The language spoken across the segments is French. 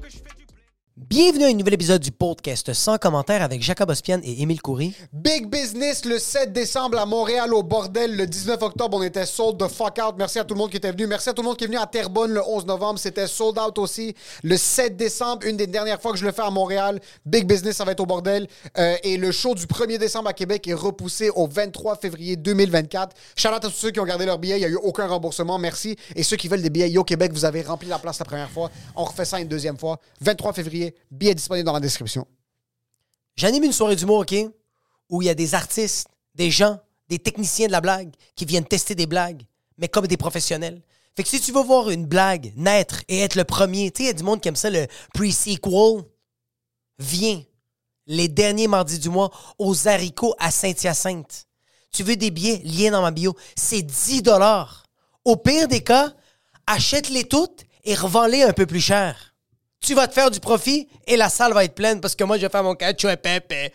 que je fais du blé. Bienvenue à un nouvel épisode du podcast sans commentaire avec Jacob Ospian et Émile Coury. Big Business le 7 décembre à Montréal au bordel. Le 19 octobre, on était sold the fuck out. Merci à tout le monde qui était venu. Merci à tout le monde qui est venu à Terrebonne le 11 novembre. C'était sold out aussi. Le 7 décembre, une des dernières fois que je le fais à Montréal. Big Business, ça va être au bordel. Euh, et le show du 1er décembre à Québec est repoussé au 23 février 2024. Shout out à tous ceux qui ont gardé leurs billets. Il n'y a eu aucun remboursement. Merci. Et ceux qui veulent des billets, Yo Québec, vous avez rempli la place la première fois. On refait ça une deuxième fois. 23 février, billets disponibles dans la description. J'anime une soirée d'humour, OK? Où il y a des artistes, des gens, des techniciens de la blague qui viennent tester des blagues, mais comme des professionnels. Fait que si tu veux voir une blague naître et être le premier, tu sais, il y a du monde qui aime ça, le pre-sequel, viens les derniers mardis du mois aux haricots à Saint-Hyacinthe. Tu veux des billets liés dans ma bio? C'est 10 Au pire des cas, achète-les toutes et revends-les un peu plus cher. Tu vas te faire du profit et la salle va être pleine parce que moi, je vais faire mon cacho et pépé.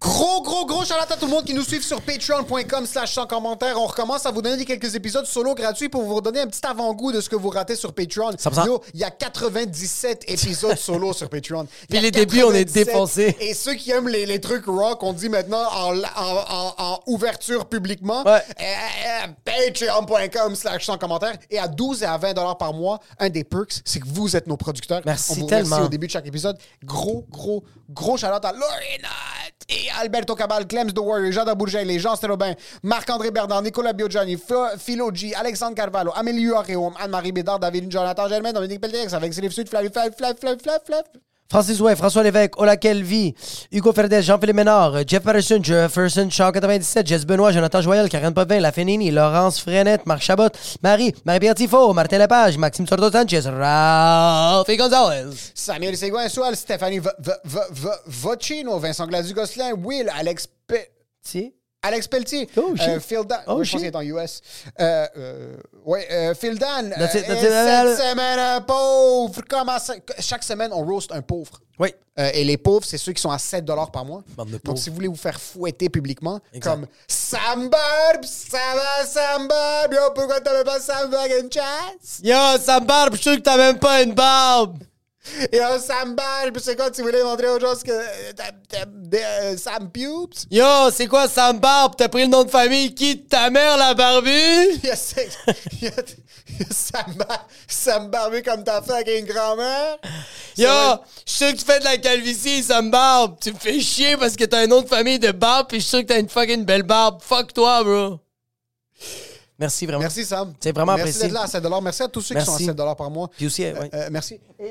Gros, gros, gros shout à tout le monde qui nous suit sur patreon.com slash sans commentaire. On recommence à vous donner quelques épisodes solo gratuits pour vous donner un petit avant-goût de ce que vous ratez sur Patreon. 100%. Yo, il y a 97 épisodes solo sur Patreon. Il y Puis a les débuts, on est 97. défoncés. Et ceux qui aiment les, les trucs rock, on dit maintenant en, la- en- en- en ouverture publiquement, Ouais. euh, patreon.com slash sans commentaire. Et à 12 et à 20 dollars par mois, un des perks, c'est que vous êtes nos producteurs. Merci on vous remercie tellement. au début de chaque épisode. Gros, gros, gros shout-out à Lorena et Alberto Cabal, Clems The Warrior, Jean Dabourget, les gens Robin, Marc-André Bernard, Nicolas Biogianni, Flo- Philo G, Alexandre Carvalho, Amélie Huaréum, Anne-Marie Bédard, David Jonathan Germain, Dominique Pelletex, avec Sylvie Sud, Flavie, Flavie, Flavie, Flavie, Flavie, Flavie. Francis Ouellet, François Lévesque, Ola Kelvy, Hugo Ferdes, Jean-Philippe Ménard, Jeff Patterson, Jefferson, Charles 97, Jess Benoît, Jonathan Joyel, Karen Potvin, La Fénini, Laurence Frenette, Marc Chabot, Marie, Marie-Pierre Tifo, Martin Lepage, Maxime Sordo Sanchez, Ralph et Gonzalez. Samuel Seguin, Soal, Stéphanie V- V- V- V- Vocino, Vincent Gladus-Gosselin, Will, Alex Pe- Si. Alex Pelletier, Oh, shit. euh, Phil Dan, Oh, Ouais, je pense shit. qu'il est en US. Euh, euh, ouais, euh, Phil Dan, That's it, euh, that's et it, that's cette it. semaine un pauvre. Comment ça- Chaque semaine, on roast un pauvre. Oui. Euh, et les pauvres, c'est ceux qui sont à 7 par mois. Bande de pauvres. Donc, si vous voulez vous faire fouetter publiquement, Exact. comme Sambarb, ça va Sambarb, yo, pourquoi t'avais pas Sambarb une chance? Yo, ça me barbe, je suis sûr que t'as même pas une barbe. Yo, Sambarb, c'est quoi, tu voulais montrer aux gens ce que. euh, t'as- t'as- des, euh, Sam Pubes? Yo, c'est quoi ça me barbe? T'as pris le nom de famille qui de ta mère, la barbue? Il y a, sec- il y a- il y a Sam, Bar- Sam Barbu comme ta fait avec une grand-mère. Yo, je suis sûr que tu fais de la calvitie, ça me barbe. Tu me fais chier parce que t'as une autre famille de barbe pis je suis sûr que t'as une fucking belle barbe. Fuck toi, bro. Merci vraiment. Merci Sam. C'est vraiment Merci apprécié. d'être là à 7 Merci à tous ceux qui sont Merci. à 7 par mois. Puis aussi, Euh, ouais. euh, merci. Et, euh,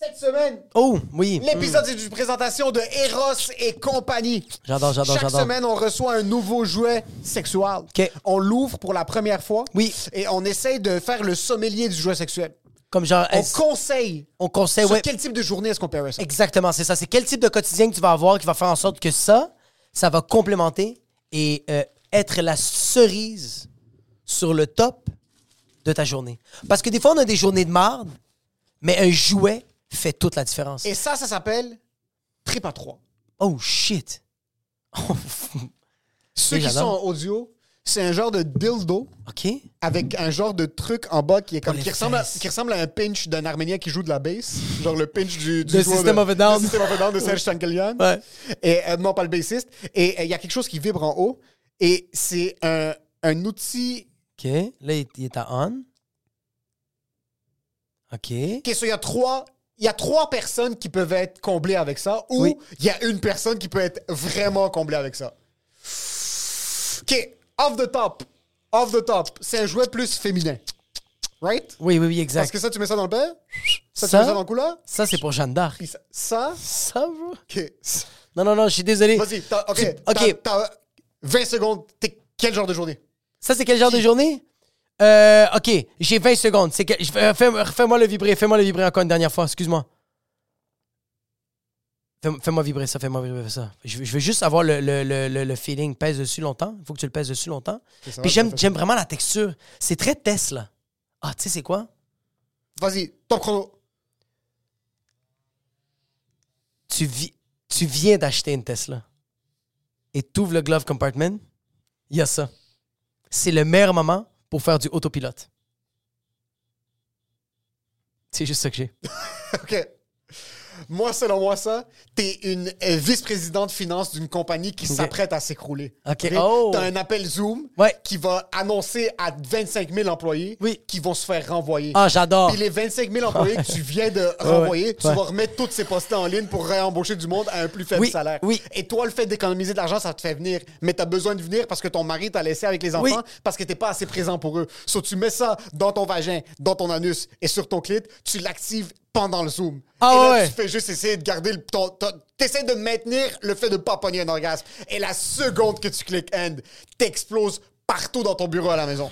cette semaine, Oh, oui. l'épisode c'est une présentation de Eros et compagnie. J'adore, j'adore, Chaque j'adore. semaine, on reçoit un nouveau jouet sexuel. OK. On l'ouvre pour la première fois. Oui. Et on essaye de faire le sommelier du jouet sexuel. Comme genre, On est-ce- conseille. on conseille, Sur Eh, ouais. quel type de journée est-ce qu'on paierait ça? Exactement, c'est ça. C'est quel type de quotidien que tu vas avoir qui va faire en sorte que ça, ça va complémenter et euh, être la cerise sur le top de ta journée. Parce que des fois, on a des journées de marde, mais un jouet fait toute la différence. Et ça, ça s'appelle Trip à 3. Oh shit! Oh, Ceux Oui, qui sont j'adore. en audio, C'est un genre de dildo OK? avec un genre de truc en bas qui est comme les qui ressemble, à, fesses. qui ressemble à un pinch d'un Arménien qui joue de la bass, genre le pinch du, du De joueur System of a Down. de System of a Down de Serge Tankian. Ouais. Et euh, non pas le bassiste. Et euh, il y a quelque chose qui vibre en haut et c'est un, un outil. OK. Là, il, il est à on. OK. Ok, so il y a trois. Il y a trois personnes qui peuvent être comblées avec ça ou Oui. il y a une personne qui peut être vraiment comblée avec ça. OK, off the top. Off the top. C'est un jouet plus féminin. Right? Oui, oui, oui, Parce exact. que ça, tu mets ça dans le bain. Ça, Ça? tu mets ça dans le couleur. Ça, c'est pour Jeanne d'Arc. Puis ça, ça Ça, bro? OK. Non, non, non, je suis désolé. Vas-y, t'as- OK. Tu- t'as- OK. t'as 20 secondes. T'es quel genre de journée? Ça, c'est quel genre de journée? Euh, OK, j'ai 20 secondes. C'est que... je fais- fais- Fais-moi le vibrer, fais-moi le vibrer encore une dernière fois, excuse-moi. Fais- Fais-moi vibrer ça, fais-moi vibrer ça. Je, veux- je veux juste avoir le, le, le, le, le feeling. Pèse dessus longtemps. Il faut que tu le pèses dessus longtemps. ça Puis va, j'aime ça fait- j'aime vraiment la texture. C'est très Tesla. Ah, tu sais, c'est quoi? Vas-y, top chrono. tu, vi- tu viens d'acheter une Tesla et tu ouvres le glove compartment, il y a ça. C'est le meilleur moment pour faire du autopilote. C'est juste ça que j'ai. OK. Moi, selon moi, ça, t'es une euh, vice-présidente finance d'une compagnie qui s'apprête à s'écrouler. OK. OK? Oh. T'as un appel Zoom Ouais. qui va annoncer à 25 000 employés Oui. qui vont se faire renvoyer. Ah, j'adore. Puis les 25 000 employés que tu viens de renvoyer, tu ouais. vas remettre toutes ces postes en ligne pour réembaucher du monde à un plus faible Oui, salaire. oui. Et toi, le fait d'économiser de l'argent, ça te fait venir. Mais tu as besoin de venir parce que ton mari t'a laissé avec les enfants Oui. parce que t'es pas assez présent pour eux. So, tu mets ça dans ton vagin, dans ton anus et sur ton clit, tu l'actives pendant le Zoom. Ah et là, ouais. tu fais juste essayer de garder le, ton... ton- T'essaies de maintenir le fait de pas pogner un orgasme. Et la seconde que tu cliques end, t'exploses partout dans ton bureau à la maison.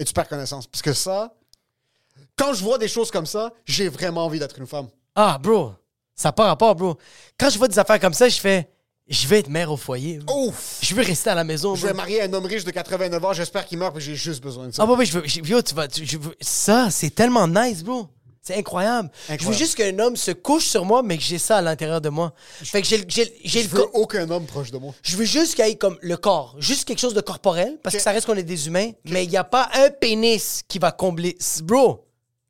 Et tu perds connaissance. Parce que ça, quand je vois des choses comme ça, j'ai vraiment envie d'être une femme. Ah, bro. Ça n'a pas rapport, bro. Quand je vois des affaires comme ça, je fais je vais être mère au foyer. bro. Ouf! Je veux rester à la maison. Oh! Je bro. vais marier un homme riche de 89 ans, j'espère qu'il meurt, puis j'ai juste besoin de ça. Ah bah oui, je veux, je- yo, tu vas, tu- je veux- ça, c'est tellement nice, bro. C'est incroyable. Je veux Incroyable. juste qu'un homme se couche sur moi, mais que j'ai ça à l'intérieur de moi. Fait que j'ai, le- j'ai, le- j'ai je le veux co- aucun homme proche de moi. je veux juste qu'il y ait comme le corps, juste quelque chose de corporel, parce que ça reste qu'on est des humains, mais il n'y a pas un pénis qui va combler. C'est- Bro,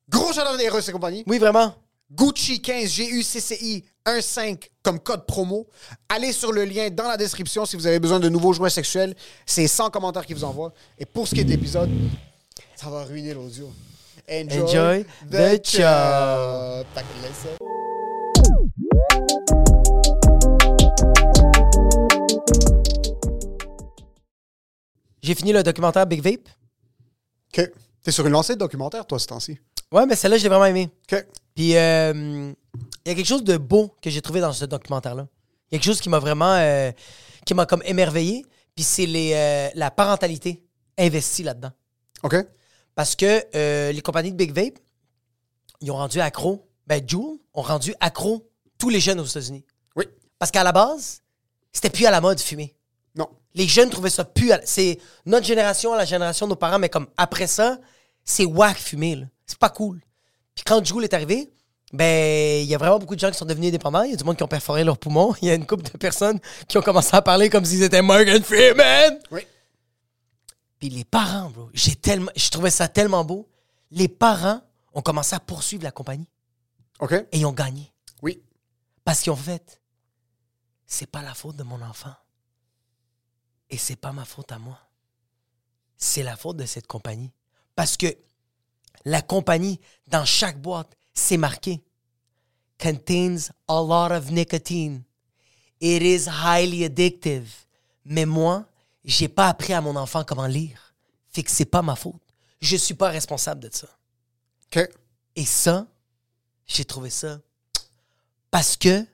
Gros shout out à Eros et compagnie. oui, vraiment. Gucci 15 GUCCI 15 comme code promo. Allez sur le lien dans la description si vous avez besoin de nouveaux jouets sexuels. C'est 100 commentaires qui vous envoient. Et pour ce qui est de l'épisode, ça va ruiner l'audio. Enjoy, Enjoy the chop. chop. Fait que laisse ça. J'ai fini le documentaire Big Vape. OK. T'es sur une lancée de documentaire, toi, ce temps-ci. Ouais, mais celle-là, je l'ai vraiment aimé. OK. Puis, euh, il y a quelque chose de beau que j'ai trouvé dans ce documentaire-là. Il y a quelque chose qui m'a vraiment, euh, qui m'a comme émerveillé. Puis c'est les, euh, la parentalité investie là-dedans. OK. Parce que euh, les compagnies de Big Vape, ils ont rendu accro, ben Juul ont rendu accro tous les jeunes aux États-Unis. Oui. Parce qu'à la base, c'était plus à la mode fumer. Non. Les jeunes trouvaient ça plus. à- C'est notre génération à la génération de nos parents, mais comme après ça, c'est whack fumer. là. C'est pas cool. Puis quand Juul est arrivé, ben il y a vraiment beaucoup de gens qui sont devenus dépendants. Il y a du monde qui ont perforé leurs poumons. Il y a une couple de personnes qui ont commencé à parler comme s'ils étaient Morgan Freeman. Oui. Puis les parents, bro, j'ai tellement, je trouvais ça tellement beau. Les parents ont commencé à poursuivre la compagnie OK. et ils ont gagné Oui. parce qu'ils ont fait. C'est pas la faute de mon enfant et c'est pas ma faute à moi. C'est la faute de cette compagnie parce que la compagnie dans chaque boîte c'est marqué contains a lot of nicotine. It is highly addictive. Mais moi, j'ai pas appris à mon enfant comment lire. Fait que c'est pas ma faute. Je suis pas responsable de ça. OK. Et ça, j'ai trouvé ça parce que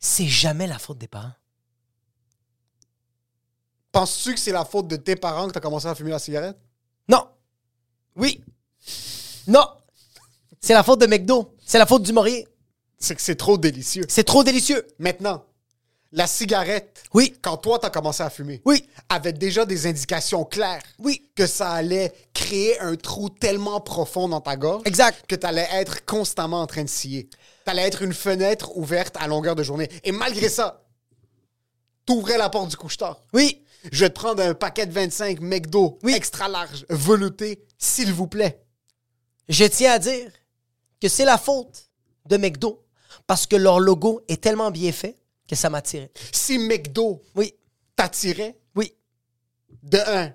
c'est jamais la faute des parents. Penses-tu que c'est la faute de tes parents que t'as commencé à fumer la cigarette? Non. Oui. Non. C'est la faute de McDo. C'est la faute du Maurier. C'est que c'est trop délicieux. C'est trop délicieux. Maintenant, la cigarette, Oui. quand toi, t'as commencé à fumer, Oui. avait déjà des indications claires Oui. que ça allait créer un trou tellement profond dans ta gorge Exact. que t'allais être constamment en train de scier. T'allais être une fenêtre ouverte à longueur de journée. Et malgré ça, t'ouvrais la porte du couche-tard. Oui. Je vais te prendre un paquet de 25 McDo Oui. extra large, velouté, s'il vous plaît. Je tiens à dire que c'est la faute de McDo parce que leur logo est tellement bien fait que ça m'attirait. Si McDo Oui, t'attirait, oui, de un,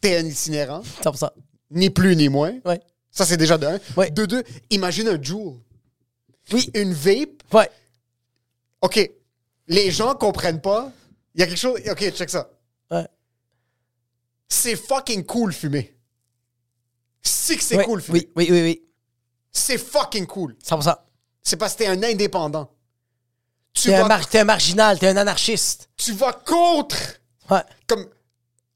t'es un itinérant, 100%. ni plus ni moins. Ouais. Ça, c'est déjà de un. Ouais. De deux, imagine un Joule. Oui, Une vape, ouais. OK, les gens comprennent pas. Il y a quelque chose... OK, check ça. ouais. C'est fucking cool, fumer. Si que c'est Ouais, cool, fumer. Oui, oui, oui, oui, C'est fucking cool. 100%. C'est parce que t'es un indépendant. Tu T'es vas, un, mar- t'es un marginal, t'es un anarchiste. tu vas contre. Ouais. Comme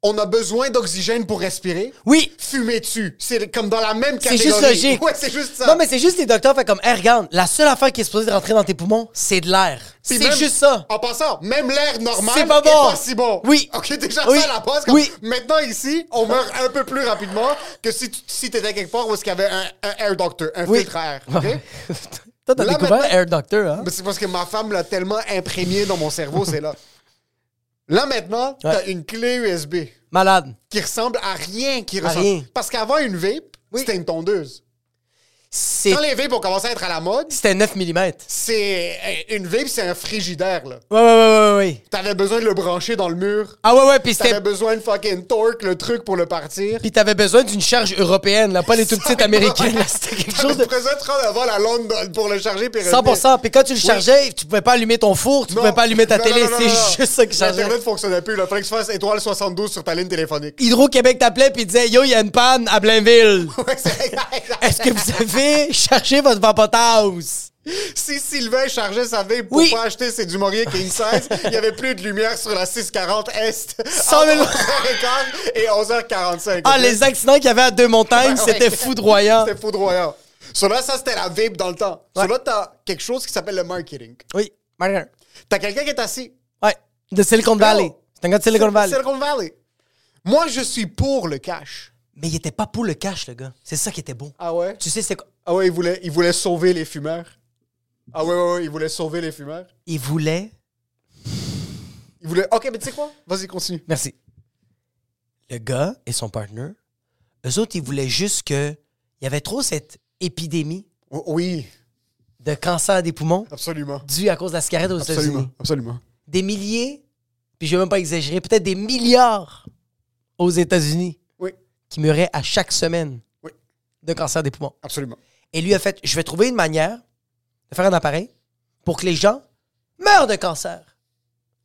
on a besoin d'oxygène pour respirer. Oui, Fumer dessus. C'est comme dans la même c'est catégorie. juste logique. Ouais, c'est juste ça. Non, mais c'est juste les docteurs font comme, hey, regarde, la seule affaire qui est supposée de rentrer dans tes poumons, c'est de l'air. C'est Puis même- juste ça. En passant, même l'air normal C'est c'est pas pas, bon. si bon. Oui. OK, déjà Oui. ça la base. Oui. Maintenant, ici, on meurt un peu plus rapidement que si tu si étais quelque part où il y avait un, un air doctor, un Oui. filtre à air. OK? Toi, t'as Là, découvert maintenant- Air Doctor, hein? Mais c'est parce que ma femme l'a tellement imprégné dans mon cerveau, c'est là. Là, maintenant, t'as Ouais. une clé USB Malade. qui ressemble à rien qui À ressemble. rien. Parce qu'avant, une vape, c'était une tondeuse. C'est- Quand les vapes ont commencé à être à la mode, C'était 9 mm. Ouais, c'est euh, une vape, c'est un frigidaire, là. ouais, ouais, ouais, ouais. T'avais besoin de le brancher dans le mur. Ah ouais, ouais, pis c'était... T'avais besoin de fucking torque le truc pour le partir. Pis t'avais besoin d'une charge européenne, là, pas les tout petites américaines. là, C'était quelque T'avais chose de... besoin de prendre avant la London pour le charger puis revenir. 100%. Puis quand tu le chargeais, tu pouvais pas allumer ton four, tu Non. pouvais pas allumer ta Non, télé. non, non, C'est non, non. juste ça qui changeait. Internet fonctionnait plus, là. Fallait que tu fasses étoile 72 sur ta ligne téléphonique. Hydro-Québec t'appelait puis disait Yo, il y a une panne à Blainville. Ouais, c'est- Est-ce que vous avez chargé votre vapotage? si Sylvain chargeait sa vape pour Oui. pas acheter ses Dumorier King Size, il y avait plus de lumière sur la 640 Est. 100 000. entre 11h15 et 11h45. Ah, ok? les accidents qu'il y avait à Deux-Montagnes, Ouais, ouais. c'était foudroyant. C'était foudroyant. Sur là, ça, c'était la vape dans le temps. Sur là, t'as quelque chose qui s'appelle le marketing. Oui, Mariner. T'as quelqu'un qui est assis. Ouais, de Silicon Valley. Yo. C'est un gars de Silicon Valley. Silicon Valley. Moi, je suis pour le cash. Mais il était pas pour le cash, le gars. C'est ça qui était beau. Ah ouais? Tu sais, c'est quoi? Ah ouais, il voulait, il voulait sauver les fumeurs. Ah ouais, ouais, ouais, il voulait sauver les fumeurs. Il voulait. Il voulait. Ok, mais tu sais quoi? Vas-y, continue. Merci. Le gars et son partner, eux autres, ils voulaient juste que. Il y avait trop cette épidémie O- Oui, de cancer des poumons absolument. due à cause de la cigarette aux Absolument, États-Unis. absolument. Des milliers, puis je vais même pas exagérer, peut-être des milliards aux États-Unis Oui, qui meuraient à chaque semaine oui, de cancer des poumons. absolument. Et lui a fait Je vais trouver une manière de faire un appareil pour que les gens meurent de cancer,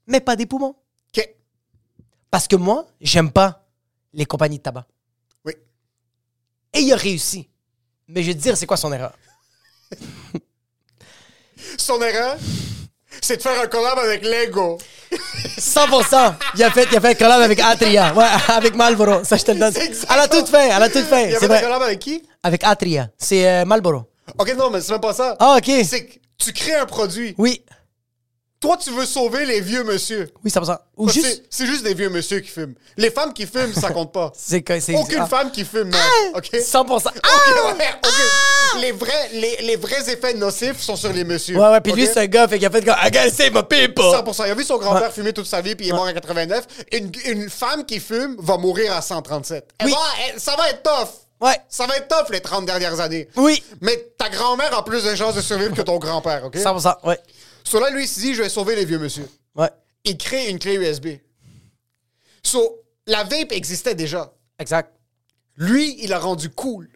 mais pas des poumons. Ok, Parce que moi, j'aime pas les compagnies de tabac. oui. Et il a réussi. Mais je vais te dire, c'est quoi son erreur? Son erreur, c'est de faire un collab avec Lego. 100%! Il a fait, il a fait un collab avec Atria. Ouais, avec Malboro. Ça, je te le donne. C'est Elle exactement- a tout fait, elle a tout fait. Il a Eh, C'est fait un vrai. collab avec qui? Avec Atria. C'est euh, Marlboro. Ok, non, mais c'est même pas ça. Ah, OK. C'est que tu crées un produit. Oui. Toi, tu veux sauver les vieux monsieur. Oui, 100%. Ou Parce que juste. C'est c'est juste des vieux monsieur qui fument. Les femmes qui fument, ça compte pas. C'est que c'est. Aucune ah. femme qui fume, non. OK? 100%. Ah! Ok, ouais, ok. Les, vrais, les, les vrais effets nocifs sont sur les messieurs. Ouais, ouais, puis lui, Ok? c'est un gars, fait qu'il a fait comme I gotta save my people! 100%. Il a vu son grand-père Ouais. fumer toute sa vie, puis il est mort en 89. Une, une femme qui fume va mourir à 137. Elle Oui. va- elle- ça va être tough. Ouais. Ça va être tough les 30 dernières années. Oui. Mais ta grand-mère a plus de chances de survivre que ton grand-père, OK? 100%. Ouais. Sur là, lui, il se dit, je vais sauver les vieux monsieur. Ouais. Il crée une clé USB. So, la vape existait déjà. Exact. Lui, il l'a rendu cool.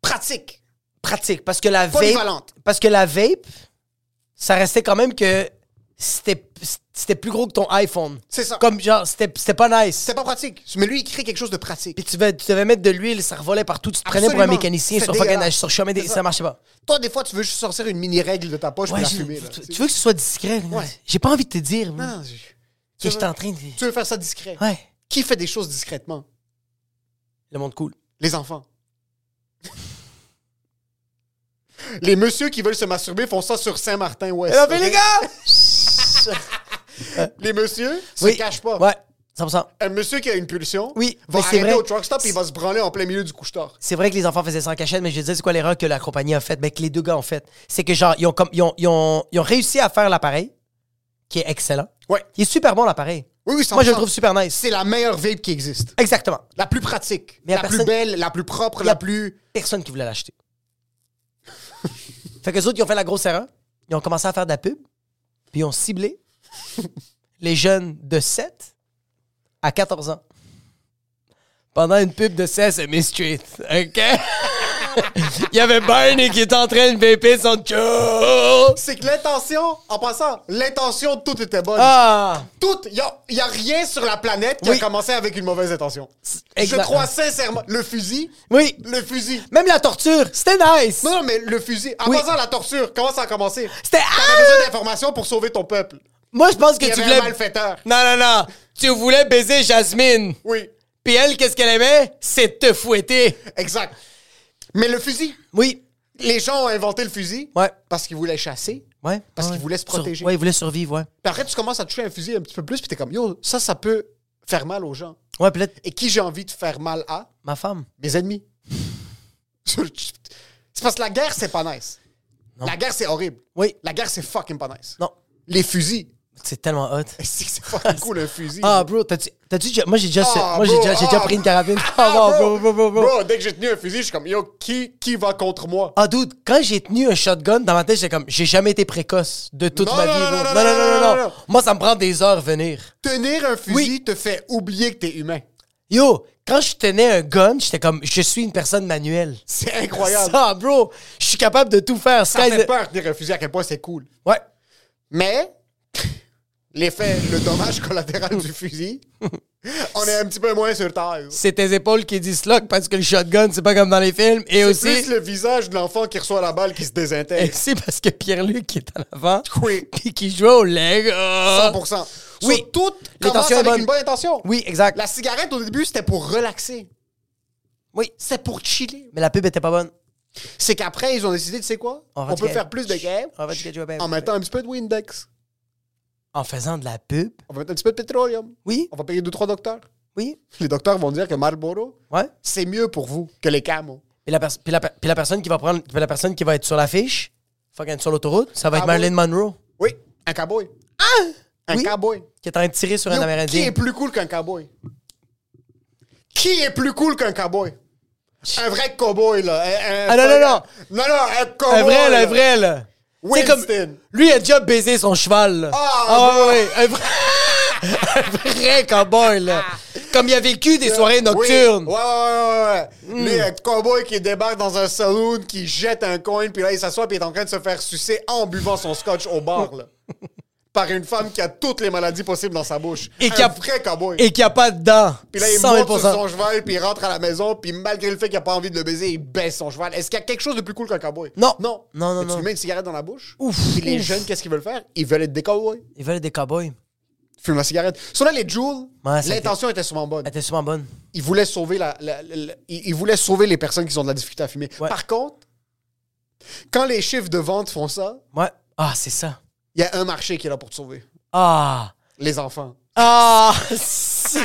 Pratique. pratique parce que la vape Polyvalente. parce que la vape ça restait quand même que c'était c'était plus gros que ton iPhone. C'est ça. Comme genre c'était c'était pas nice. C'est pas pratique. Mais lui, il crée quelque chose de pratique. Puis tu devais, tu devais mettre de l'huile, ça revolait partout, tu te prenais pour un Absolument. mécanicien C'est sur fucking dégueulasse. sur chemin des, C'est ça. ça. marchait pas. Toi, des fois, tu veux juste sortir une mini-règle de ta poche Ouais, pour la je- fumer. là. tu, tu veux que ce soit discret. là. Ouais. J'ai pas envie de te dire là, Non, non, je- que tu, j'étais veux, en train de tu veux faire ça discret. Ouais, Qui fait des choses discrètement? le monde cool. Les enfants. les messieurs qui veulent se masturber font ça sur Saint-Martin-Ouest. Eh ok? ben, les gars! Les messieurs se Oui. cachent pas. Ouais, 100%. Un monsieur qui a une pulsion Oui, va mais c'est arrêter vrai. au truck stop et il va se branler en plein milieu du couche-tard. c'est vrai que les enfants faisaient ça en cachette, mais je disais, c'est quoi l'erreur que la compagnie a faite, mais que les deux gars ont faite? C'est que, genre, ils ont, comme, ils ont, ils ont, ils ont réussi à faire l'appareil, qui est excellent. Ouais. Il est super bon, l'appareil. Oui, oui, Moi, je le 100%. trouve super nice. C'est la meilleure vape qui existe. Exactement. La plus pratique, Mais y a la plus personne- belle, la plus propre, Y a- la plus. Personne qui voulait l'acheter. fait que les autres, ils ont fait la grosse erreur. Ils ont commencé à faire de la pub, puis ils ont ciblé les jeunes de 7 à 14 ans. Pendant une pub de Sesame Street, OK? Il y avait Barney qui était en train de vaper son chou. C'est que l'intention, en passant, l'intention de tout était bonne. Ah! Tout, il n'y a, rien sur la planète qui Oui. a commencé avec une mauvaise intention. exact- Je crois sincèrement. Le fusil, Oui! le fusil. Même la torture, c'était nice! Non, non, mais le fusil. En Oui. passant, la torture, comment ça a commencé? C'était. T'avais Ah! besoin d'informations pour sauver ton peuple. Moi, je pense que Il y tu avait voulais. un malfaiteur. Non, non, non! Tu voulais baiser Jasmine! Oui, Puis elle, qu'est-ce qu'elle aimait? C'est te fouetter. exact. Mais le fusil, Oui. les gens ont inventé le fusil Ouais. parce qu'ils voulaient chasser. Ouais. Parce ouais. qu'il voulait se Sur- protéger. ouais, il voulait survivre, ouais. Puis après, tu commences à toucher un fusil un petit peu plus, puis t'es comme, yo, ça, ça peut faire mal aux gens. Ouais, puis là, t- Et qui j'ai envie de faire mal à? ma femme. Mes ennemis. c'est parce que la guerre, c'est pas nice. La guerre, c'est horrible. Oui. La guerre, c'est fucking pas nice. Non. Les fusils. C'est tellement hot. Est-ce que C'est fucking cool, un fusil. Ah, bro, t'as-tu. t'as-tu déjà- Moi, j'ai déjà. Ah, moi, j'ai bro, déjà, j'ai déjà ah, pris une carabine. Ah, Ah, bro, bro, bro, bro. Bro, dès que j'ai tenu un fusil, je suis comme, yo, qui, qui va contre moi? Ah, dude, quand j'ai tenu un shotgun, dans ma tête, j'étais comme, j'ai jamais été précoce de toute Non, ma non, vie, non, bro. non, non, non, non, non, non, non. non. Moi, ça me prend des heures venir. Tenir un fusil Oui. te fait oublier que t'es humain. Yo, quand je tenais un gun, j'étais comme, je suis une personne manuelle. C'est incroyable. Ça, Ça, bro, je suis capable de tout faire. Sky fait the- peur, tenir un fusil, à quel point c'est cool. Ouais. Mais l'effet, le dommage collatéral du fusil, on est un petit peu moins sur terre. c'est tes épaules qui disloquent parce que le shotgun, c'est pas comme dans les films. Et aussi, Plus le visage de l'enfant qui reçoit la balle qui se et désintègre. aussi parce que Pierre-Luc qui est en avant Oui. puis qui joue au Lego. 100%. Ah. Oui. So, tout commence L'intention est avec bonne. une bonne intention. Oui, exact. La cigarette, au début, c'était pour relaxer. Oui. C'était pour chiller. Mais la pub était pas bonne. C'est qu'après, ils ont décidé, tu sais quoi? On On, va te peut get- faire plus de game On va te get you a baby. en mettant un petit peu de Windex. En faisant de la pub. On va mettre un petit peu de pétroleum. Oui, On va payer 2-3 docteurs. oui. Les docteurs vont dire que Marlboro, Ouais. c'est mieux pour vous que les camos. Puis la, pers- puis la, per- puis la personne qui va prendre, puis la personne qui va être sur l'affiche, fucking sur l'autoroute, ça va être Ah Marilyn Monroe Oui, un cowboy. Ah! Un Oui. cowboy. qui est en train de tirer sur un Yo, qui Amérindien. est plus cool qu'un cowboy? Qui est plus cool qu'un cowboy? Un vrai cowboy, là. Un- un- Ah, non, non, non. Non, non, un cowboy. Un vrai, là, là. un vrai, là. C'est Winston. comme lui il a déjà baisé son cheval. là. Ah, ah ouais, ouais, un vrai, un vrai cowboy là. Comme il a vécu des soirées nocturnes. Ah. Oui. Ouais, Hmm. ouais, ouais, ouais. Lui, un cowboy qui débarque dans un saloon, qui jette un coin, puis là, il s'assoit, puis il est en train de se faire sucer en buvant son scotch au bar, là. Par une femme qui a toutes les maladies possibles dans sa bouche. Et un qui a- vrai cowboy. Et qu'il n'y a pas de dents. Puis là, il 100 000 monte sur son cheval, puis il rentre à la maison, puis malgré le fait qu'il a pas envie de le baiser, il baisse son cheval. Est-ce qu'il y a quelque chose de plus cool qu'un cowboy? Non. Non. Non, non, Mais non. Tu lui mets une cigarette dans la bouche. Ouf, Puis les ouf. jeunes, qu'est-ce qu'ils veulent faire? Ils veulent être des cowboys. Ils veulent des cowboys. Fume la cigarette. Sur là, les Jules, Ouais, ça l'intention était souvent bonne. Elle était souvent bonne. Ils voulaient sauver la, la- la- la- ils ils voulaient sauver les personnes qui ont de la difficulté à fumer. Ouais. Par contre, quand les chiffres de vente font ça, Ouais. Ah, c'est ça. il y a un marché qui est là pour te sauver. Ah. Les enfants. Ah. c'est-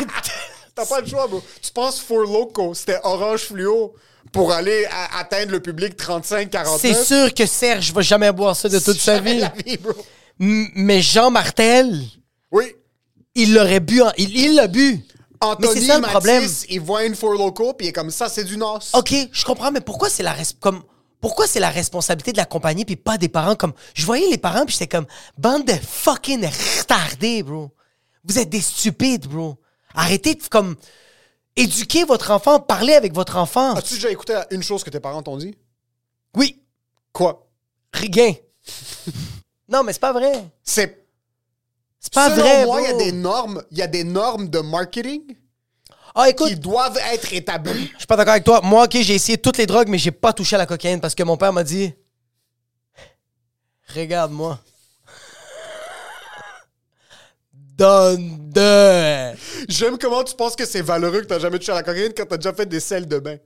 T'as pas le choix, bro. Tu penses Four Loco, c'était orange fluo pour aller à- atteindre le public 35-49. C'est sûr que Serge va jamais boire ça de toute sa Jamais de vie. la vie, bro. M- Mais Jean Martel, Oui. il l'aurait bu. en- Il il l'a bu. Anthony mais c'est ça le Matisse, problème. il voit une Four Loco, puis il est comme ça, c'est du nos. OK, je comprends, mais pourquoi c'est la res- comme pourquoi c'est la responsabilité de la compagnie puis pas des parents comme je voyais les parents puis j'étais comme bande de fucking retardés, bro. Vous êtes des stupides, bro. Arrêtez de comme éduquer votre enfant, parler avec votre enfant. As-tu déjà écouté une chose que tes parents t'ont dit? Oui, Quoi? rien. non, mais c'est pas vrai. C'est C'est pas Selon vrai. moi, il bro. y a des normes, il y a des normes de marketing Ah, écoute, qui doivent être établies. je suis pas d'accord avec toi. Moi, OK, j'ai essayé toutes les drogues mais j'ai pas touché à la cocaïne parce que mon père m'a dit "Regarde-moi." Donne de Ah J'aime comment tu penses que c'est valeureux que t'as jamais touché à la cocaïne quand t'as déjà fait des selles de bain.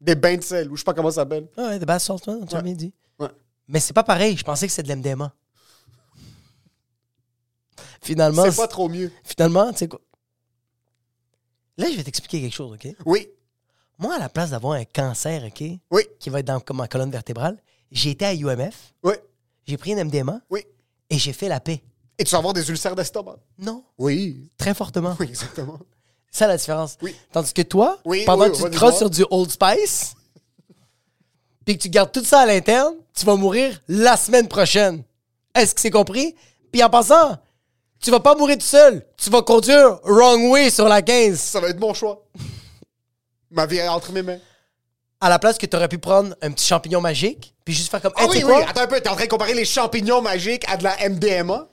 Des bains de sel, ou je sais pas comment ça s'appelle. Ah Ouais, de basse sorte, hein, tu l'as bien dit. Ouais. Mais c'est pas pareil, je pensais que c'était de l'MDMA. Finalement, C'est pas c'est- trop mieux. finalement, tu sais quoi? Là, je vais t'expliquer quelque chose, OK? Oui, Moi, à la place d'avoir un cancer, OK, oui, qui va être dans comme ma colonne vertébrale, j'ai été à UMF, oui, j'ai pris une MDMA oui. et j'ai fait la paix. Et tu vas avoir des ulcères d'estomac. Non, Oui. très fortement. Oui, exactement. C'est ça la différence. Oui. Tandis que toi, Oui, pendant oui, que on tu va te le crosses voir. sur du Old Spice, puis que tu gardes tout ça à l'interne, tu vas mourir la semaine prochaine. Est-ce que c'est compris? Puis en passant, tu vas pas mourir tout seul. Tu vas conduire wrong way sur la 15. Ça va être mon choix. Ma vie est entre mes mains. À la place que tu aurais pu prendre un petit champignon magique, puis juste faire comme... Ah Hey, tu oui, sais oui, quoi? attends un peu, t'es en train de comparer les champignons magiques à de la MDMA?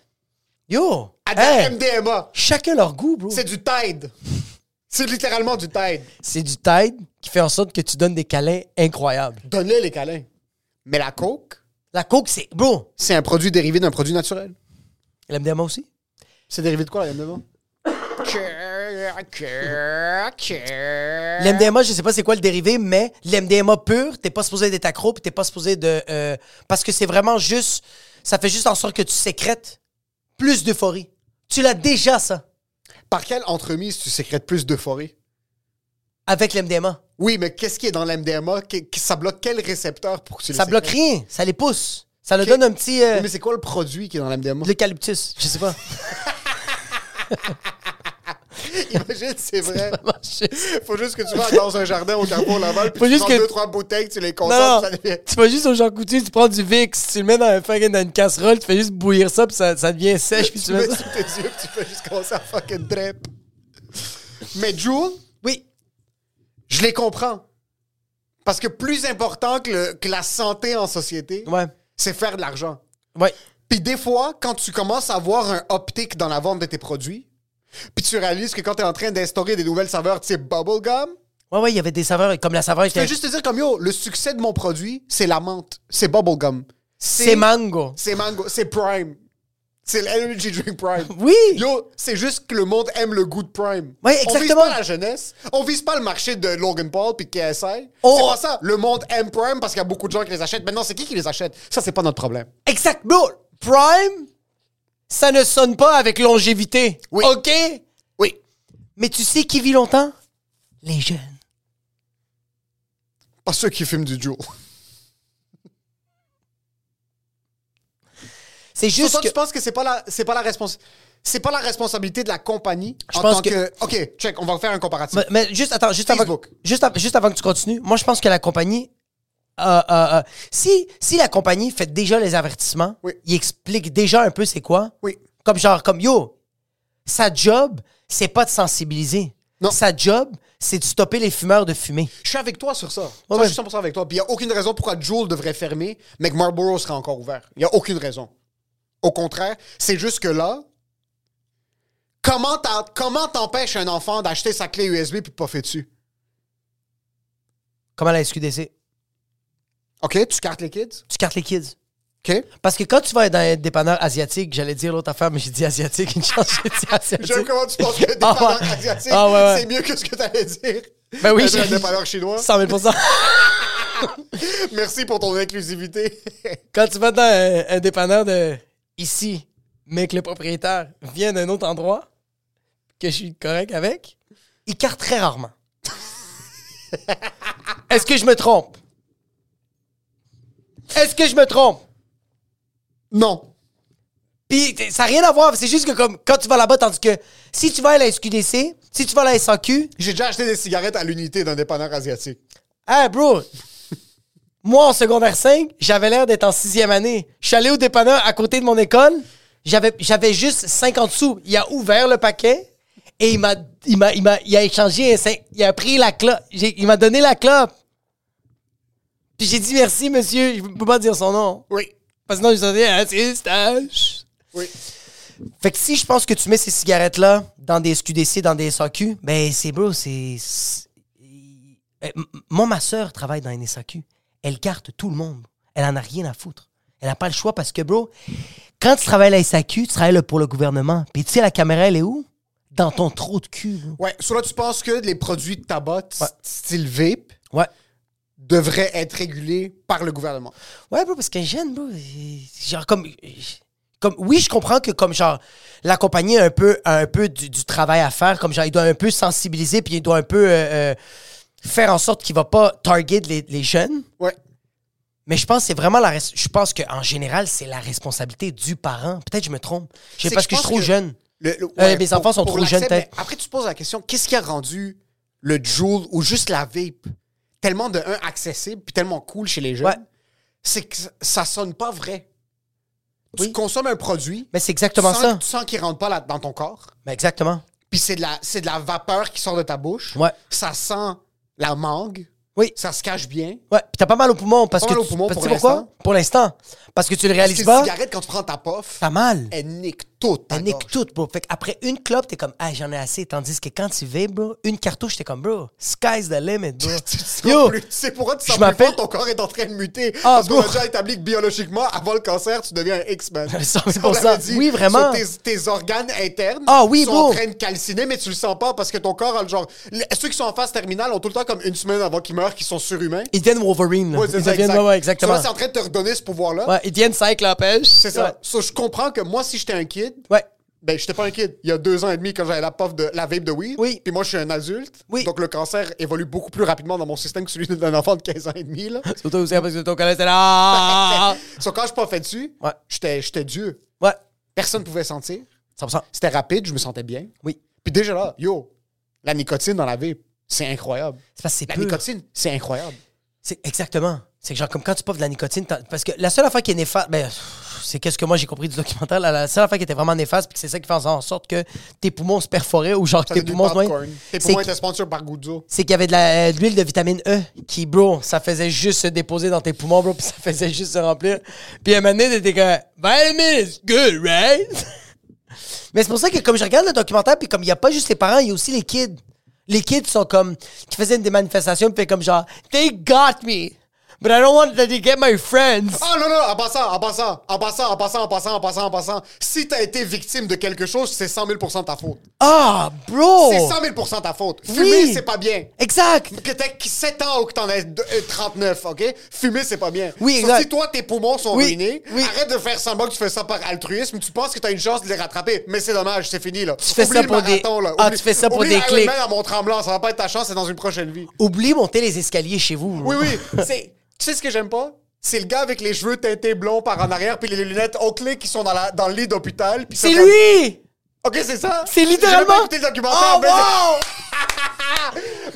Yo! À de la hey, MDMA! chacun leur goût, bro. C'est du Tide! C'est littéralement du Tide. C'est du Tide qui fait en sorte que tu donnes des câlins incroyables. Donne-le les câlins. Mais la coke, La coke, c'est... Bro! c'est un produit dérivé d'un produit naturel. L'MDMA aussi? C'est dérivé de quoi, la MDMA? L'MDMA, je sais pas c'est quoi le dérivé, mais l'MDMA pur, t'es pas supposé d'être accro, puis t'es pas supposé de... euh, parce que c'est vraiment juste... Ça fait juste en sorte que tu sécrètes plus d'euphorie. Tu l'as déjà, ça, Par quelle entremise tu sécrètes plus d'euphorie? avec l'MDMA. Oui, mais qu'est-ce qui est dans l'MDMA? Ça bloque quel récepteur pour que tu le Ça bloque sécrètes? rien, ça les pousse. Ça leur Ok. donne un petit... euh, Oui, Mais c'est quoi le produit qui est dans l'MDMA? L'eucalyptus, je sais pas. Imagine, c'est vrai. Marché. Faut juste que tu vas dans un jardin au Carrefour Laval, puis Faut tu juste prends que- deux, trois bouteilles, tu les consommes, Non, non. ça devient... tu vas juste au Jean Coutu, tu prends du Vicks, tu le mets dans, un fucking- dans une casserole, tu fais juste bouillir ça, puis ça, ça devient sèche, puis Tu tu mets ça. mets sous tes yeux, puis tu peux juste commencer à fucking drip. Mais June, Oui, je les comprends. Parce que plus important que, le- que la santé en société, ouais, c'est faire de l'argent. ouais. Puis des fois, quand tu commences à voir un optique dans la vente de tes produits, puis tu réalises que quand t'es en train d'instaurer des nouvelles saveurs type bubblegum, Ouais, ouais, il y avait des saveurs, comme la saveur je était... veux juste te dire comme yo, le succès de mon produit, c'est la menthe, c'est bubblegum. C'est mango. C'est mango, c'est prime. C'est l'energy drink prime. Oui. Yo, c'est juste que le monde aime le goût de prime. Ouais, On vise exactement. pas la jeunesse. On vise pas le marché de Logan Paul puis de KSI. Oh. C'est pas ça. Le monde aime prime parce qu'il y a beaucoup de gens qui les achètent. Maintenant, c'est qui qui les achète? Ça, c'est pas notre problème. Exact, bro. Prime, ça ne sonne pas avec longévité. Oui. OK? Oui. Mais tu sais qui vit longtemps? Les jeunes. Pas ceux qui fument du Joe. C'est Juste juste toi, que... tu penses que c'est pas la, c'est pas la respons- C'est pas la responsabilité de la compagnie en pense tant que- que... OK, check, on va faire un comparatif. Mais, mais juste, attends, juste avant, Facebook. juste, av- juste avant que tu continues, moi, je pense que la compagnie... euh, euh, euh, si, si la compagnie fait déjà les avertissements, Oui. il explique déjà un peu c'est quoi. Oui. Comme genre, comme yo, sa job, c'est pas de sensibiliser. Non. Sa job, c'est de stopper les fumeurs de fumer. Je suis avec toi sur ça. Ça, Ouais, Je suis 100% avec toi. Puis il n'y a aucune raison pourquoi Joule devrait fermer, mais que Marlboro sera encore ouvert. Il n'y a aucune raison. Au contraire, c'est juste que là, comment t'en- comment t'empêches un enfant d'acheter sa clé USB puis de pas faire dessus? Comment la SQDC? OK, tu cartes les kids? Tu cartes les kids. OK. Parce que quand tu vas dans un dépanneur asiatique, j'allais dire l'autre affaire, mais j'ai dit asiatique, une chance, j'ai dit asiatique. J'aime comment tu penses que Ah dépanneur ouais. asiatique, Ah ouais, ouais. c'est mieux que ce que t'allais dire. Ben oui, T'as dit un j'ai- dépanneur chinois. 100 000 Merci pour ton inclusivité. Quand tu vas dans un, un dépanneur de ici, mais que le propriétaire vient d'un autre endroit, que je suis correct avec, il carte très rarement. Est-ce que je me trompe? Est-ce que je me trompe? non. Puis t- ça n'a rien à voir, c'est juste que comme quand tu vas là-bas, tandis que si tu vas à la SQDC, si tu vas à la SAQ, J'ai déjà acheté des cigarettes à l'unité d'un dépanneur asiatique. Hey, bro! Moi, en secondaire 5, j'avais l'air d'être en sixième année. Je suis allé au dépanneur à côté de mon école. J'avais, j'avais juste 50 sous. Il a ouvert le paquet et il m'a, il m'a, il m'a- il a échangé. un cin- Il a pris la clope. J'ai- il m'a donné la clope. Puis j'ai dit merci, monsieur. Je peux pas dire son nom. Oui. Parce que sinon, je serais assistage. Oui. Fait que si je pense que tu mets ces cigarettes-là dans des SQDC, dans des SAQ, ben c'est bro, c'est. c'est- Eh, m- Moi, ma soeur travaille dans une SAQ. Elle carte tout le monde. Elle en a rien à foutre. Elle n'a pas le choix parce que, bro, quand tu travailles à la SAQ, tu travailles là pour le gouvernement. Puis tu sais, la caméra, elle est où? Dans ton trou de cul. bro. Ouais, sur là, tu penses que les produits de tabac, t- Ouais. style vape, Ouais. devraient être régulés par le gouvernement. Ouais, bro, parce qu'un jeune, bro, il- genre comme, comme. Oui, je comprends que comme genre la compagnie a un peu, a un peu du, du travail à faire, comme genre il doit un peu sensibiliser, puis il doit un peu euh, euh, faire en sorte qu'il va pas target les, les jeunes. Ouais. Mais je pense que c'est vraiment la. res- Je pense qu'en général, c'est la responsabilité du parent. Peut-être que je me trompe. Je sais C'est parce que, que je je suis trop pense que jeune. Le- le- Euh, mes pour- enfants sont pour trop jeunes, l'accès, mais peut-être. Après, tu te poses la question, qu'est-ce qui a rendu le Joule ou juste la vape tellement de un accessible puis tellement cool chez les jeunes? Ouais. C'est que ça- ça sonne pas vrai. Tu Oui. consommes un produit, Mais c'est exactement tu sens- ça. Tu sens qu'il rentre pas là- dans ton corps, Mais exactement. puis c'est de la c'est de la vapeur qui sort de ta bouche. Ouais. Ça sent la mangue. Oui. Ça se cache bien. Ouais, puis t'as pas mal au poumon parce Pas que mal au tu- poumon parce que tu pour sais pourquoi l'instant. Pour l'instant, parce que tu le Parce que réalises une pas. cigarette quand tu prends ta puff, T'as mal. elle nique tout. ta Elle nique gorge. tout, bro. Fait qu'après une clope, t'es comme, ah, j'en ai assez. Tandis que quand tu vas, bro, une cartouche, t'es comme, bro, sky's the limit, bro. Tu te sens Yo, plus- tu sais pourquoi tu je sens plus m'appelle- fort, ton corps est en train de muter. Ah, parce qu'on bon. a déjà établi que biologiquement, avant le cancer, tu deviens un X-Men. Ça, c'est Ça, pour on l'avait ça. Oui, vraiment. Sur tes, tes organes internes Ah, oui, sont bon. en train de calciner, mais tu le sens pas parce que ton corps a le genre... le- Ceux qui sont en phase terminale ont tout le temps comme une semaine avant qu'ils meurent, qui sont surhumains. ils deviennent Wolverine. là. Ouais, c'est ils ça, deviennent, exact. ouais, ouais, exactement. Tu vois, c'est en train de te redonner ce pouvoir-là. Ouais, ils deviennent Cyclopes. C'est ça. So, je comprends que moi, si j'étais un kid, Ouais. ben, j'étais pas un kid. Il y a deux ans et demi, quand j'avais la puff de la vape de weed, Oui. puis moi, je suis un adulte. Oui. Donc, le cancer évolue beaucoup plus rapidement dans mon système que celui d'un enfant de 15 ans et demi. Là. Surtout aussi parce que ton collègue, c'est là. So, quand je puffais dessus, Ouais. j'étais j'étais Dieu. Ouais, Personne pouvait sentir. 100%. C'était rapide, je me sentais bien. Oui. Puis déjà là, yo, la nicotine dans la vape, c'est incroyable. C'est parce que c'est La pur. nicotine, c'est incroyable. C'est exactement. C'est que genre comme quand tu puffes de la nicotine, t'en- parce que la seule affaire qui est néfaste, ben, pff, c'est qu'est-ce que moi j'ai compris du documentaire, la, la seule affaire qui était vraiment néfaste, puis que c'est ça qui fait en sorte que tes poumons se perforaient ou genre Ça tes devient poumons se noyaient, popcorn. c'est Tes poumons que- étaient sponsors par Guzzo. c'est qu'il y avait de la- euh, de l'huile de vitamine E qui, bro, ça faisait juste se déposer dans tes poumons, bro, puis ça faisait juste se remplir. Puis à un moment donné, t'étais comme « Vitamin is good, right? » Mais c'est pour ça que comme je regarde le documentaire, puis comme il n'y a pas juste les parents, il y a aussi les kids. Les kids sont comme... qui faisaient des manifestations, puis comme genre « They got me, but I don't want that they get my friends. Ah non, non, en passant, en passant, en passant, en passant, en passant, en passant, en passant. Si t'as été victime de quelque chose, c'est 100 000 de ta faute. » Ah, bro! C'est 100 000 de ta faute. Fumer, Oui. c'est pas bien. Exact! Que t'aies 7 ans ou que t'en aies deux- euh, 39, OK? Fumer, c'est pas bien. Oui, Sauf exact. Si toi, tes poumons sont Oui, ruinés, oui. arrête de faire semblant que tu fais ça par altruisme. Tu penses que t'as une chance de les rattraper, mais c'est dommage, c'est fini, là. Tu fais ça pour des- Ah, tu fais ça pour des clics. à mon tremblant, ça va pas être ta chance, c'est dans une prochaine vie. Oublie monter les escaliers chez vous. Oui, oui, c'est... Tu sais ce que j'aime pas? C'est le gars avec les cheveux teintés blonds par en arrière puis les lunettes au clé qui sont dans, la, dans le lit d'hôpital. puis C'est comme- lui! OK, c'est ça? C'est J'ai même pas littéralement... écouté le documentaire, Oh, mais- wow!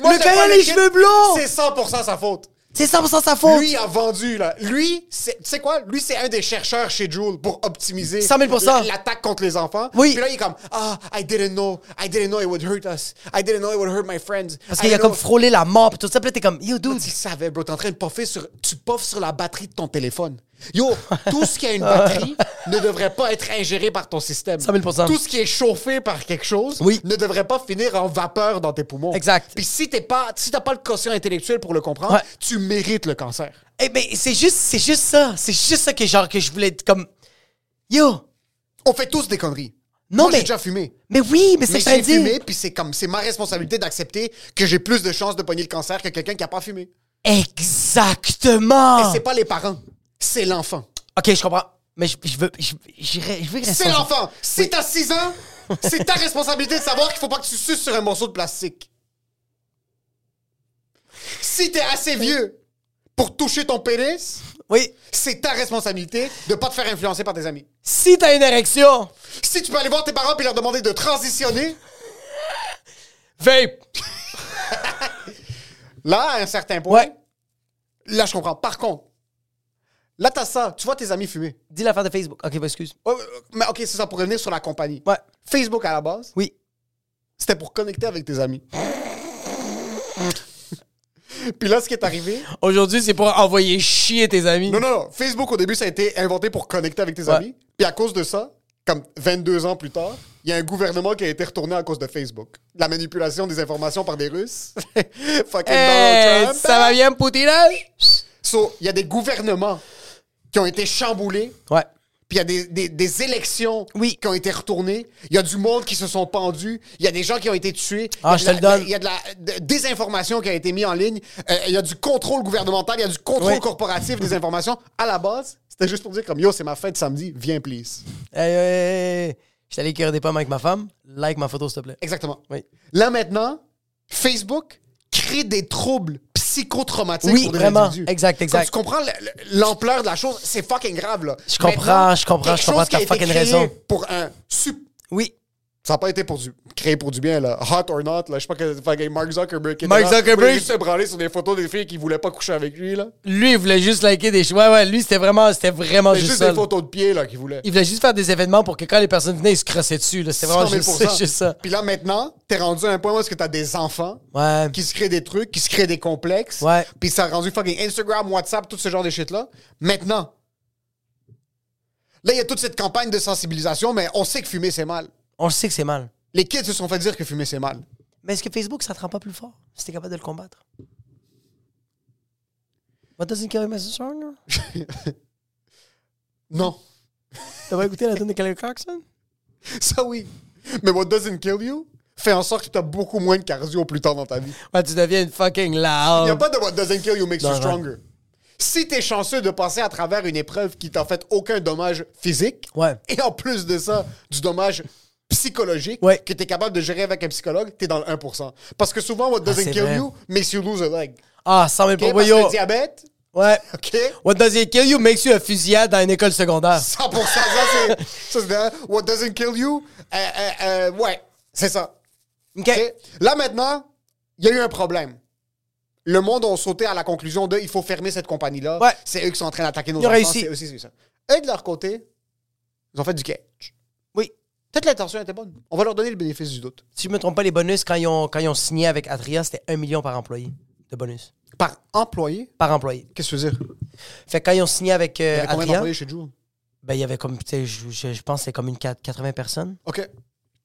Moi, Le j'aime gars pas a les kid, cheveux blonds! Oh. C'est 100% sa faute. C'est 100% sa faute! Lui a vendu, là. Lui, c'est- tu sais quoi? Lui, c'est un des chercheurs chez Joule pour optimiser 100 000 la- l'attaque contre les enfants. Oui. Puis là, il est comme, ah, I didn't know. I didn't know it would hurt us. I didn't know it would hurt my friends. Parce qu'il a comme frôlé la mort, pis tout ça. Puis là, t'es comme, yo, dude. Tu savais, bro, t'es en train de puffer sur. Tu puffes sur la batterie de ton téléphone. Yo, tout ce qui a une batterie ne devrait pas être ingéré par ton système. 100 000 Tout ce qui est chauffé par quelque chose Oui. ne devrait pas finir en vapeur dans tes poumons. Exact. Puis si t'es pas, si t'as pas le quotient intellectuel pour le comprendre, Ouais. tu mérites le cancer. Eh ben, c'est juste, c'est juste ça. C'est juste ça que genre, que je voulais être comme, yo. On fait tous des conneries. Non, Moi, mais- j'ai déjà fumé. Mais oui, mais c'est Mais ça j'ai fumé, dire. puis c'est comme c'est ma responsabilité d'accepter que j'ai plus de chances de pogner le cancer que quelqu'un qui a pas fumé. Et Exactement. c'est pas les parents, c'est l'enfant. Ok, je comprends. Mais je, je veux, je, j'irai- je veux que C'est l'enfant. Si t'as 6 ans, c'est ta responsabilité de savoir qu'il faut pas que tu suces sur un morceau de plastique. Si t'es assez vieux pour toucher ton pénis, Oui. c'est ta responsabilité de pas te faire influencer par tes amis. Si t'as une érection, Si tu peux aller voir tes parents et leur demander de transitionner, vape. Là, à un certain point, Ouais. là, je comprends. Par contre, là, t'as ça. Tu vois tes amis fumer. Dis l'affaire de Facebook. Ok, bah, excuse. Ouais, ouais, ouais. Mais OK, c'est ça, pour revenir sur la compagnie. Ouais. Facebook, à la base, Oui. c'était pour connecter avec tes amis. Puis là, ce qui est arrivé... Aujourd'hui, c'est pour envoyer chier tes amis. Non, non, non. Facebook, au début, ça a été inventé pour connecter avec tes Ouais. amis. Puis à cause de ça, comme 22 ans plus tard, il y a un gouvernement qui a été retourné à cause de Facebook. La manipulation des informations par des Russes. Fucking Hey, Donald Trump. Eh, ça va bien, Poutine? là? So, il y a des gouvernements qui ont été chamboulés, Ouais. puis il y a des, des- des élections Oui. qui ont été retournées, il y a du monde qui se sont pendus, il y a des gens qui ont été tués, il y a Ah, de je te la- le donne. il y a de la de- désinformation qui a été mise en ligne, euh, il y a du contrôle gouvernemental, il y a du contrôle Oui. corporatif des informations. À la base, c'était juste pour dire comme « Yo, c'est ma fête samedi, viens please Hey, hey, hey. Je suis allé cueillir des pommes avec ma femme. Like ma photo, s'il te plaît. ». Exactement. Oui. Là maintenant, Facebook crée des troubles psychologiques psychotraumatique Oui, pour des vraiment. individus. Exact, exact. Comme tu comprends le- le- l'ampleur de la chose, c'est fucking grave, là. Je comprends, Maintenant, je comprends, je quelque comprends, chose qui t'as a été fucking créé raison. Pour un sup- Oui. Ça n'a pas été pour du, créé pour du bien, là. Hot or not, là. Je sais pas que fucking Mark Zuckerberg. Mark etc., Zuckerberg. voulait juste se branler sur des photos des filles qui voulaient pas coucher avec lui, là. Lui, il voulait juste liker des choses. Ouais, ouais, lui, c'était vraiment, c'était vraiment C'est juste, juste ça. des là. photos de pieds, là, qu'il voulait. Ah, Il voulait juste faire des événements pour que quand les personnes venaient, ils se crossaient dessus. là. C'était vraiment 100 000 juste, c'est juste ça. Puis là, maintenant, t'es rendu à un point où est-ce que t'as des enfants Ouais. qui se créent des trucs, qui se créent des complexes. Ouais. Puis ça a rendu fucking Instagram, WhatsApp, tout ce genre de shit-là. Maintenant, là, il y a toute cette campagne de sensibilisation, mais on sait que fumer, c'est mal. On le sait que c'est mal. Les kids se sont fait dire que fumer, c'est mal. Mais est-ce que Facebook, ça te rend pas plus fort si t'es capable de le combattre? What doesn't kill you makes you stronger? Non. T'as pas écouté la tune de Kelly Clarkson? Ça, oui. Mais what doesn't kill you fait en sorte que t'as beaucoup moins de cardio plus tard dans ta vie. Ouais, tu deviens une fucking Il n'y a loud. pas de what doesn't kill you makes you Ah. Non, non. stronger. Si t'es chanceux de passer à travers une épreuve qui t'a fait aucun dommage physique, Ouais. et en plus de ça, du dommage psychologique Ouais. que t'es capable de gérer avec un psychologue, t'es dans le 1%. Parce que souvent, what doesn't Ah, c'est kill vrai. you makes you lose a leg. Ah, 100 000 OK? pour Parce que yo. le diabète, Ouais. OK? What does it kill you makes you a fusillade dans une école secondaire. 100%, ça, c'est... ça, c'est de- what doesn't kill you, euh, euh, euh, ouais, c'est ça. OK. OK? Là, maintenant, il y a eu un problème. Le monde a sauté à la conclusion de il faut fermer cette compagnie-là. Ouais. C'est eux qui sont en train d'attaquer nos Ils ont enfants. réussi. C'est eux, c'est- c'est ça. Eux, de leur côté, ils ont fait du catch. Oui. Peut-être l'intention était bonne. On va leur donner le bénéfice du doute. Si je me trompe pas, les bonus, quand ils ont, quand ils ont signé avec Atria, c'était 1 million par employé de bonus. Par employé, Par employé. qu'est-ce que tu veux dire? Euh, Fait que quand ils ont signé avec euh, Il y avait combien Atria, d'employés chez Joule? ben, il y avait comme, tu sais, je, je- je pense que c'est comme une quat- 80 personnes. OK.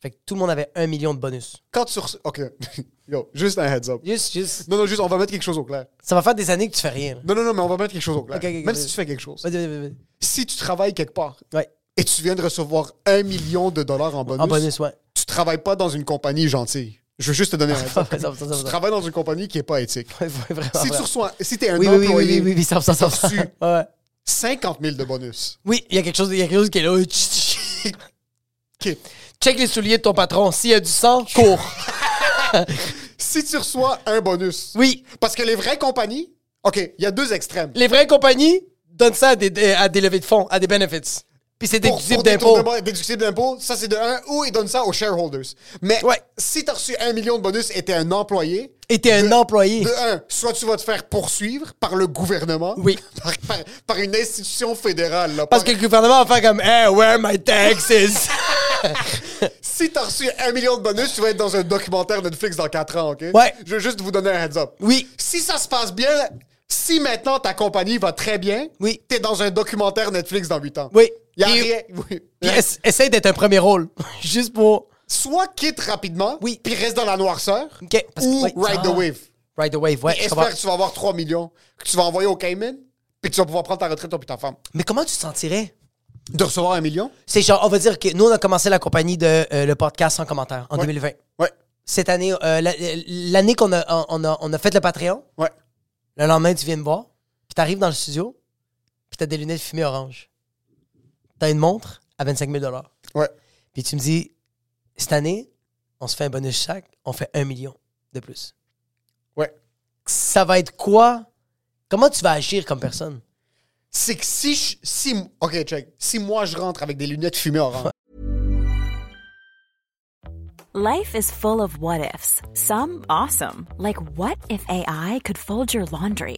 Fait que tout le monde avait 1 million de bonus. Quand tu reçois... OK. Yo, juste un heads up. Juste, juste. Non, non, juste, on va mettre quelque chose au clair. Ça va faire des années que tu fais rien. là. Non, non, non, mais on va mettre quelque chose au clair. OK, OK, Même vas-y. si tu fais quelque chose. Vas-y, vas-y, vas-y. Si tu travailles quelque part Ouais. et tu viens de recevoir un million de dollars en bonus, En bonus, ouais. tu travailles pas dans une compagnie gentille. Je veux juste te donner un heads up. Ouais, ça, ça, ça, Tu ça. travailles dans une compagnie qui est pas éthique. Ouais, ouais, vraiment, Si tu vraiment. reçois, si t'es un Oui, oui, oui, oui, employé, oui, oui, oui, ça, ça, ça, ça. reçu Ouais. 50 000 de bonus. Oui, il y a quelque chose, il y a quelque chose qui est là. Check les souliers de ton patron. S'il y a du sang, cours. Si tu reçois un bonus, Oui, parce que les vraies compagnies, OK, il y a deux extrêmes. les vraies compagnies donnent ça à des, euh, à des levées de fonds, à des benefits. Puis c'est Pour, déductible pour d'impôts. détournement- déductible d'impôt, ça c'est de un, ou ils donnent ça aux shareholders. Mais Ouais. si t'as reçu un million de bonus et t'es un employé, Et t'es un employé. de un, soit tu vas te faire poursuivre par le gouvernement, Oui. par, par- par une institution fédérale. là, Parce que par- le gouvernement va faire comme Hey, where are my taxes? Si t'as reçu un million de bonus, tu vas être dans un documentaire Netflix dans 4 ans, OK? Ouais. Je veux juste vous donner un heads-up. Oui. Si ça se passe bien, si maintenant ta compagnie va très bien, Oui. t'es dans un documentaire Netflix dans 8 ans. Oui. Y a Et- rien. oui. Puis es- essaye d'être un premier rôle. Juste pour. Soit quitte rapidement, Oui. puis reste dans la noirceur, OK, parce que- ou ouais. ride Ah. the wave. Ride the wave, ouais. je Espère comprends. que tu vas avoir 3 millions, que tu vas envoyer au Cayman, puis que tu vas pouvoir prendre ta retraite, toi puis ta femme. Mais comment tu te sentirais? De recevoir un million? C'est genre, on va dire que nous, on a commencé la compagnie de euh, le podcast sans commentaire en Ouais. 2020. Ouais. Cette année, euh, la- l'année qu'on a, on a, on a fait le Patreon, Ouais. le lendemain, tu viens me voir, puis t'arrives dans le studio, puis t'as des lunettes fumées orange. T'as une montre à 25 000 Ouais. Puis tu me dis, cette année, on se fait un bonus chaque, on fait un million de plus. Ouais. Ça va être quoi? Comment tu vas agir comme personne? C'est que si je. Si, ok, check. Si moi je rentre avec des lunettes fumées orange, Life is full of what ifs. Some awesome, like what if AI could fold your laundry?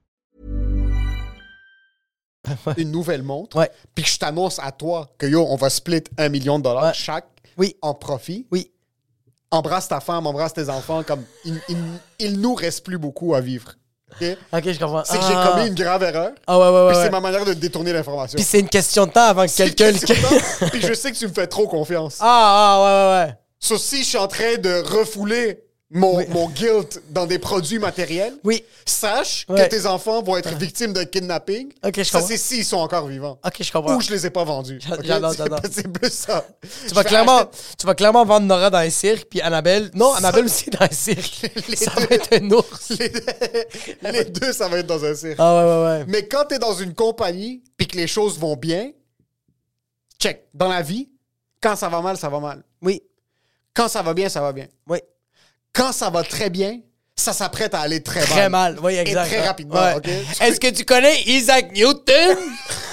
une nouvelle montre, Ouais. puis que je t'annonce à toi que yo, on va split un million de dollars Ouais. chaque Oui. en profit, Oui. embrasse ta femme, embrasse tes enfants, comme il, il, il nous reste plus beaucoup à vivre. OK? Ok, je comprends. C'est que Ah. j'ai commis une grave erreur. Ah ouais, ouais, ouais. Puis ouais. c'est ma manière de détourner l'information. Puis c'est une question de temps avant que C'est quelqu'un. une question de temps, Puis je sais que tu me fais trop confiance. Ah, ah, ouais, ouais, ouais. So, si je suis en train de refouler mon, mon guilt dans des produits matériels, Oui. sache Ouais. que tes enfants vont être victimes de kidnapping. Ok, je ça, comprends. c'est s'ils sont encore vivants. Ok, je comprends. Ou je les ai pas vendus. J'a- ok? j'adore, C'est- j'adore. C'est plus ça. Tu vas, clairement, tu vas clairement vendre Nora dans un cirque, puis Annabelle. Non, Annabelle aussi dans un cirque. Les ça deux. va être un ours. Les, les deux, ça va être dans un cirque. Ah, ouais, ouais, ouais. Mais quand t'es dans une compagnie puis que les choses vont bien, check. Dans la vie, quand ça va mal, ça va mal. Oui, Quand ça va bien, ça va bien. oui. Quand ça va très bien, ça s'apprête à aller très, Très mal. Oui, Et exact. très Ouais. rapidement, Ouais. OK? Est-ce que tu connais Isaac Newton?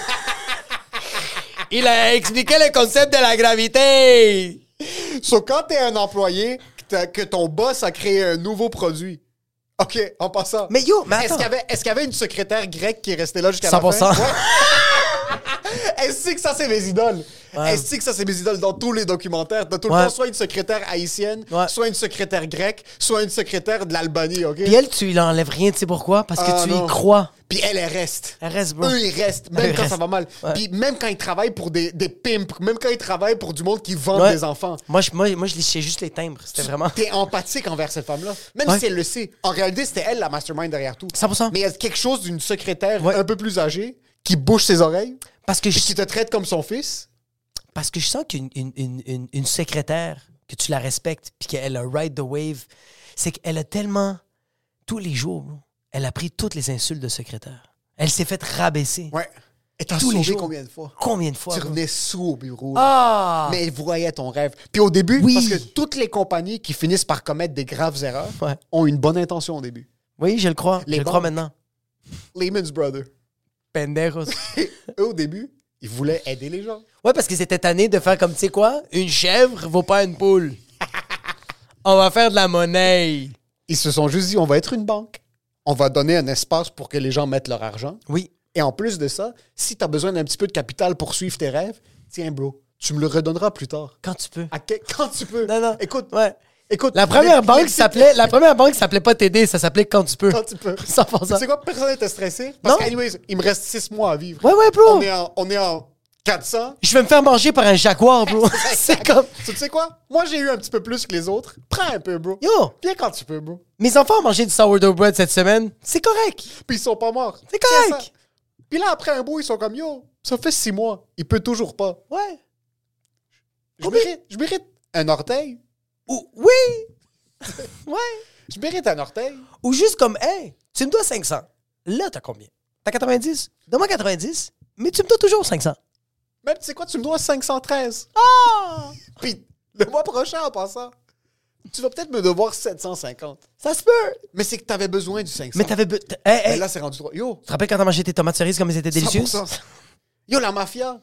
Il a expliqué le concept de la gravité. So, quand t'es un employé, que, t'as- que ton boss a créé un nouveau produit. OK, en passant. Mais yo, mais Est-ce attends. qu'il y, avait- est-ce qu'il y avait une secrétaire grecque qui est restée là jusqu'à 100%. la fin? Ouais. Est-ce que ça, c'est mes idoles? Ouais. Est-ce que ça, c'est mes idoles dans tous les documentaires? T'as tout Ouais. le temps soit une secrétaire haïtienne, Ouais. soit une secrétaire grecque, soit une secrétaire de l'Albanie, OK? Puis elle, tu lui enlèves rien, tu sais pourquoi? Parce que Ah, tu non. y crois. Puis elle, elle reste. Elle reste, bro. Eux, ils restent, même Eux, quand ça restent. va mal. Ouais. Puis même quand ils travaillent pour des, des pimps, même quand ils travaillent pour du monde qui vend Ouais. des enfants. Moi, je, moi, moi, je léchais juste les timbres. C'était vraiment. T'es empathique envers cette femme-là. Même Ouais. si elle le sait. En réalité, c'était elle la mastermind derrière tout. 100%. Mais il y a quelque chose d'une secrétaire Ouais. un peu plus âgée qui bouche ses oreilles, Parce que puis je, qui te traite comme son fils. parce que je sens qu'une une, une- une- une secrétaire, que tu la respectes, puis qu'elle a ride the wave, c'est qu'elle a tellement. Tous les jours, bro, elle a pris toutes les insultes de secrétaire. Elle s'est faite rabaisser. Ouais. Et t'as Tous les sauvé jours. combien de fois? Combien de fois? Tu bro? revenais sous au bureau. Ah! Mais elle voyait ton rêve. Puis au début, Oui. parce que toutes les compagnies qui finissent par commettre des graves erreurs Ouais. ont une bonne intention au début. Oui, je le crois. Les je le crois banques. maintenant. Lehman's Brothers. Pendejos. Eux, au début, ils voulaient aider les gens. ouais, parce qu'ils étaient tannés de faire comme, tu sais quoi? Une chèvre vaut pas une poule. On va faire de la monnaie. Ils se sont juste dit, on va être une banque. On va donner un espace pour que les gens mettent leur argent. Oui. Et en plus de ça, si tu as besoin d'un petit peu de capital pour suivre tes rêves, tiens, bro, tu me le redonneras plus tard. Quand tu peux. À que- quand tu peux. Non, non. Écoute, Ouais. écoute. La première les- banque les- s'appelait la première banque s'appelait pas t'aider, ça s'appelait quand tu peux. Quand tu peux. 100%. Tu sais quoi, personne n'était stressé. Parce Non. que, anyways, il me reste six mois à vivre. Ouais ouais bro. On est en, on est en 400. Je vais me faire manger par un jaguar bro. c'est comme Tu sais quoi? Moi, j'ai eu un petit peu plus que les autres. Prends un peu, bro. yo, Viens quand tu peux, bro. mes enfants ont mangé du sourdough bread cette semaine, c'est correct. Puis ils sont pas morts. C'est Tiens correct. ça. Puis là, après un bout, ils sont comme, yo, ça fait six mois. Il peut toujours pas. Ouais. Je mérite, je mérite un orteil. Ou oui. ouais. Je mérite un orteil. Ou juste comme hey, tu me dois 500. Là t'as combien T'as 90. Donne-moi 90, mais tu me dois toujours 500. Même, tu sais quoi, tu me dois 513. Ah Puis le mois prochain, en passant, tu vas peut-être me devoir 750. Ça se peut. Mais c'est que t'avais besoin du 500. Mais t'avais bu- t- hey, Mais hey. là, c'est rendu trop. Yo, Tu te rappelles quand t'as mangé tes tomates cerises comme elles étaient délicieuses 100%. Yo, la mafia,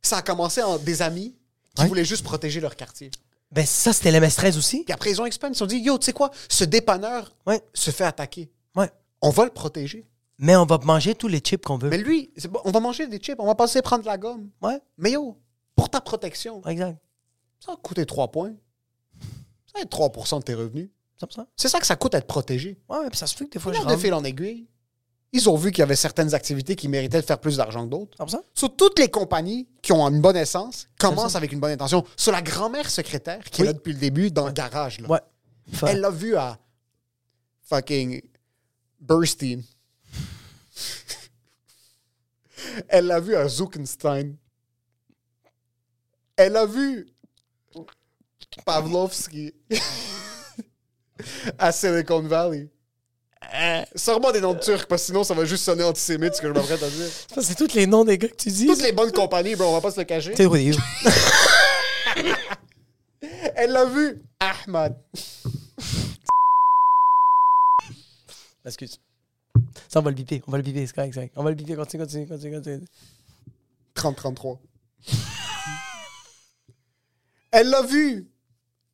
ça a commencé en des amis qui Ouais. voulaient juste protéger leur quartier. Ben ça c'était l'MS13 aussi. Puis après, ils ont expand. Ils se sont dit, yo, tu sais quoi, ce dépanneur Ouais. se fait attaquer. Ouais. On va le protéger. Mais on va manger tous les chips qu'on veut. Mais lui, c'est bon, on va manger des chips, on va passer prendre la gomme. Ouais, Mais yo, pour ta protection, exact. ça va coûter 3 points. Ça va être 3 de tes revenus. C'est ça. C'est ça que ça coûte être protégé. Ouais, mais puis ça se fait que des fois, Puis je là, de rentre. fil en aiguille, ils ont vu qu'il y avait certaines activités qui méritaient de faire plus d'argent que d'autres. 100%. Sur toutes les compagnies qui ont une bonne essence commencent avec une bonne intention. Sur la grand-mère secrétaire qui Oui. est là depuis le début dans le garage, là. Ouais. Enfin, elle l'a vu à fucking Burstein. elle l'a vu à Zuckenstein. Elle l'a vu Pavlovski à Silicon Valley. Euh. Sors-moi des noms de turcs, parce que sinon ça va juste sonner antisémite ce que je m'apprête à dire. ça, c'est tous les noms des gars que tu dis. Toutes les bonnes compagnies, bro, on va pas se le cacher. T'es rodé, yo. Elle l'a vu, Ahmad. Excuse. Ça, on va le biper. On va le biper, c'est correct, c'est correct. On va le biper, continue, continue, continue, continue. 30-33. Elle l'a vu.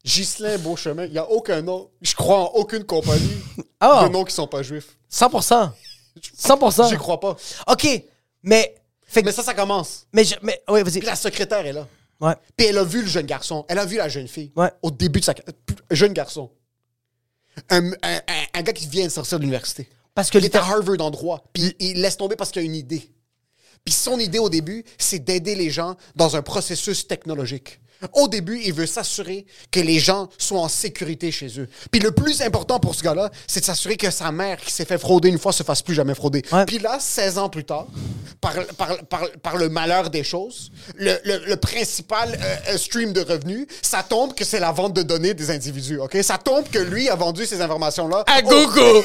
Ghislain Beauchemin, il n'y a aucun nom. Je crois en aucune compagnie Ah! de noms qui sont pas juifs. 100%. 100%. J'y crois pas. OK, mais Fait que- Mais ça, ça commence. Mais, je- mais ouais, vas-y. Puis la secrétaire est là. Ouais. Puis elle a vu le jeune garçon. Elle a vu la jeune fille. Ouais. Au début de sa... Jeune garçon. Un, un- un- un gars qui vient de sortir de l'université. Parce que il est à littér- Harvard en droit. Puis il laisse tomber parce qu'il a une idée. Puis son idée au début, c'est d'aider les gens dans un processus technologique. Au début, il veut s'assurer que les gens soient en sécurité chez eux. Puis le plus important pour ce gars-là, c'est de s'assurer que sa mère qui s'est fait frauder une fois se fasse plus jamais frauder. Ouais. Puis là, 16 ans plus tard, par, par, par, par le malheur des choses, le, le- le principal euh, euh, stream de revenus, ça tombe que c'est la vente de données des individus, OK? Ça tombe que lui a vendu ces informations-là À au- Google!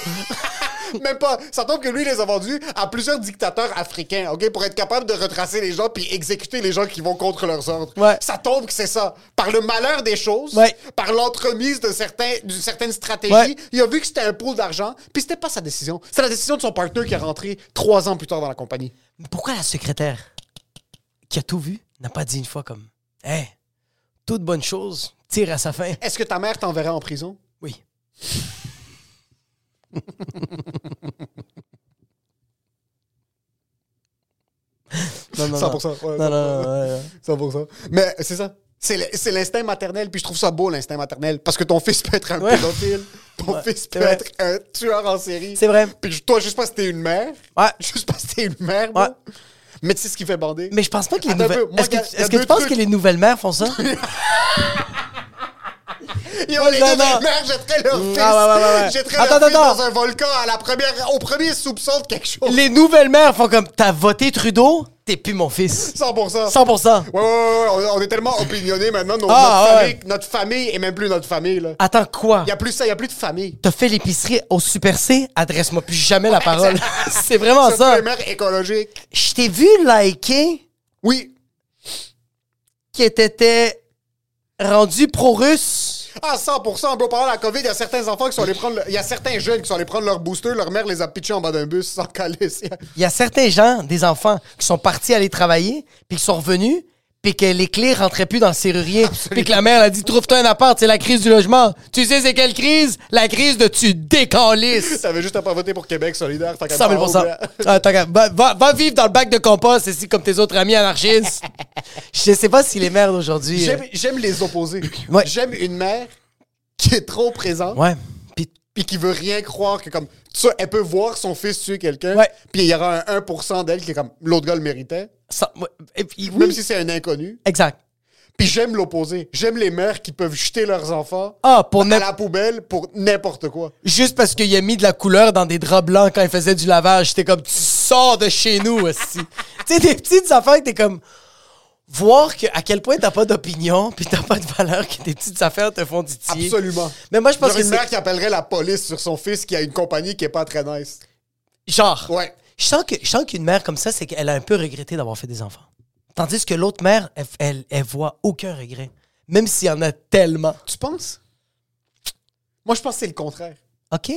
même pas. Ça tombe que lui les a vendus à plusieurs dictateurs africains, OK? Pour être capable de retracer les gens puis exécuter les gens qui vont contre leurs ordres. Ouais. Ça tombe que c'est ça. Par le malheur des choses, Ouais. par l'entremise de certains, d'une certaine stratégie, Ouais. il a vu que c'était un pool d'argent, puis c'était pas sa décision. C'est la décision de son partenaire qui est rentré trois ans plus tard dans la compagnie. Mais pourquoi la secrétaire qui a tout vu n'a pas dit une fois comme Hey, toute bonne chose tire à sa fin. Est-ce que ta mère t'enverrait en prison? Oui. non, non, 100%, Non, ouais, non, non, non, ouais, ouais. 100%. Mais c'est ça. C'est le- c'est l'instinct maternel, puis je trouve ça beau, l'instinct maternel, parce que ton fils peut être un Ouais. pédophile, ton Ouais, fils c'est peut vrai. être un tueur en série. C'est vrai. Puis je- toi, je sais pas si t'es une mère. Ouais. Je sais pas si t'es une mère, Ouais. bon. Mais tu sais ce qui fait bander? Mais je pense pas que les Attends un nouvelles. peu, moi, Est-ce que, y a- y a est-ce que deux tu penses trucs. que les nouvelles mères font ça? Yo, les Non, deux non. mères jetteraient leur fils. ouais, ouais, ouais, ouais. Jetteraient Attends, leur fils attends. dans un volcan à la première, au premier soupçon de quelque chose. les nouvelles mères font comme T'as voté Trudeau, t'es plus mon fils. 100%. 100%. Ouais, ouais, ouais, ouais, on on est tellement opinionnés maintenant. nos- Ah, ouais. notre, Ah. famille, notre famille est même plus notre famille. Il Attends, quoi? y a plus ça, il y a plus de famille. T'as fait l'épicerie au Super C? Adresse-moi plus jamais la parole. C'est vraiment Surtout Ah, ça. les mères écologiques. Je t'ai vu liker Oui. que t'étais rendu pro-russe. Ah, 100%, bro. Pendant la COVID, il y a certains enfants qui sont allés prendre. le- Il y a certains jeunes qui sont allés prendre leur booster. Leur mère les a pitchés en bas d'un bus sans calice. Il y a certains gens, des enfants, qui sont partis aller travailler, puis qui sont revenus, puis que les clés rentraient plus dans le serrurier, puis que la mère elle a dit trouve-toi un appart, c'est la crise du logement. Tu sais c'est quelle crise La crise de tu décalisses. Ça avait juste à pas voter pour Québec solidaire. tant qu'à 100 000 le faire, ouais. Ah, t'as qu'à- va, va- va vivre dans le bac de compost ici comme tes autres amis anarchistes. Je sais pas si les mères d'aujourd'hui. euh, J'aime- J'aime les opposés. Ouais. J'aime une mère qui est trop présente. Ouais. Puis Puis qui veut rien croire que comme ça, elle peut voir son fils tuer quelqu'un. Ouais. Puis il y aura un 1% d'elle qui est comme l'autre gars le méritait. ça- ouais, et puis, oui. Même si c'est un inconnu. Exact. Puis j'aime l'opposé. J'aime les mères qui peuvent jeter leurs enfants Ah, pour à n'importe la poubelle pour n'importe quoi. Juste parce qu'il a mis de la couleur dans des draps blancs quand il faisait du lavage. J'étais comme, tu sors de chez nous aussi. tu sais, des petites affaires que t'es comme. Voir que, à quel point t'as pas d'opinion, puis t'as pas de valeur, que tes petites affaires te font titiller. Absolument. Mais moi, je pense Genre que une c'est. mère qui appellerait la police sur son fils qui a une compagnie qui est pas très nice. Genre. Ouais. Je sens que- je sens qu'une mère comme ça, c'est qu'elle a un peu regretté d'avoir fait des enfants. Tandis que l'autre mère, elle, elle, elle voit aucun regret. Même s'il y en a tellement. Tu penses? Moi, je pense que c'est le contraire. OK?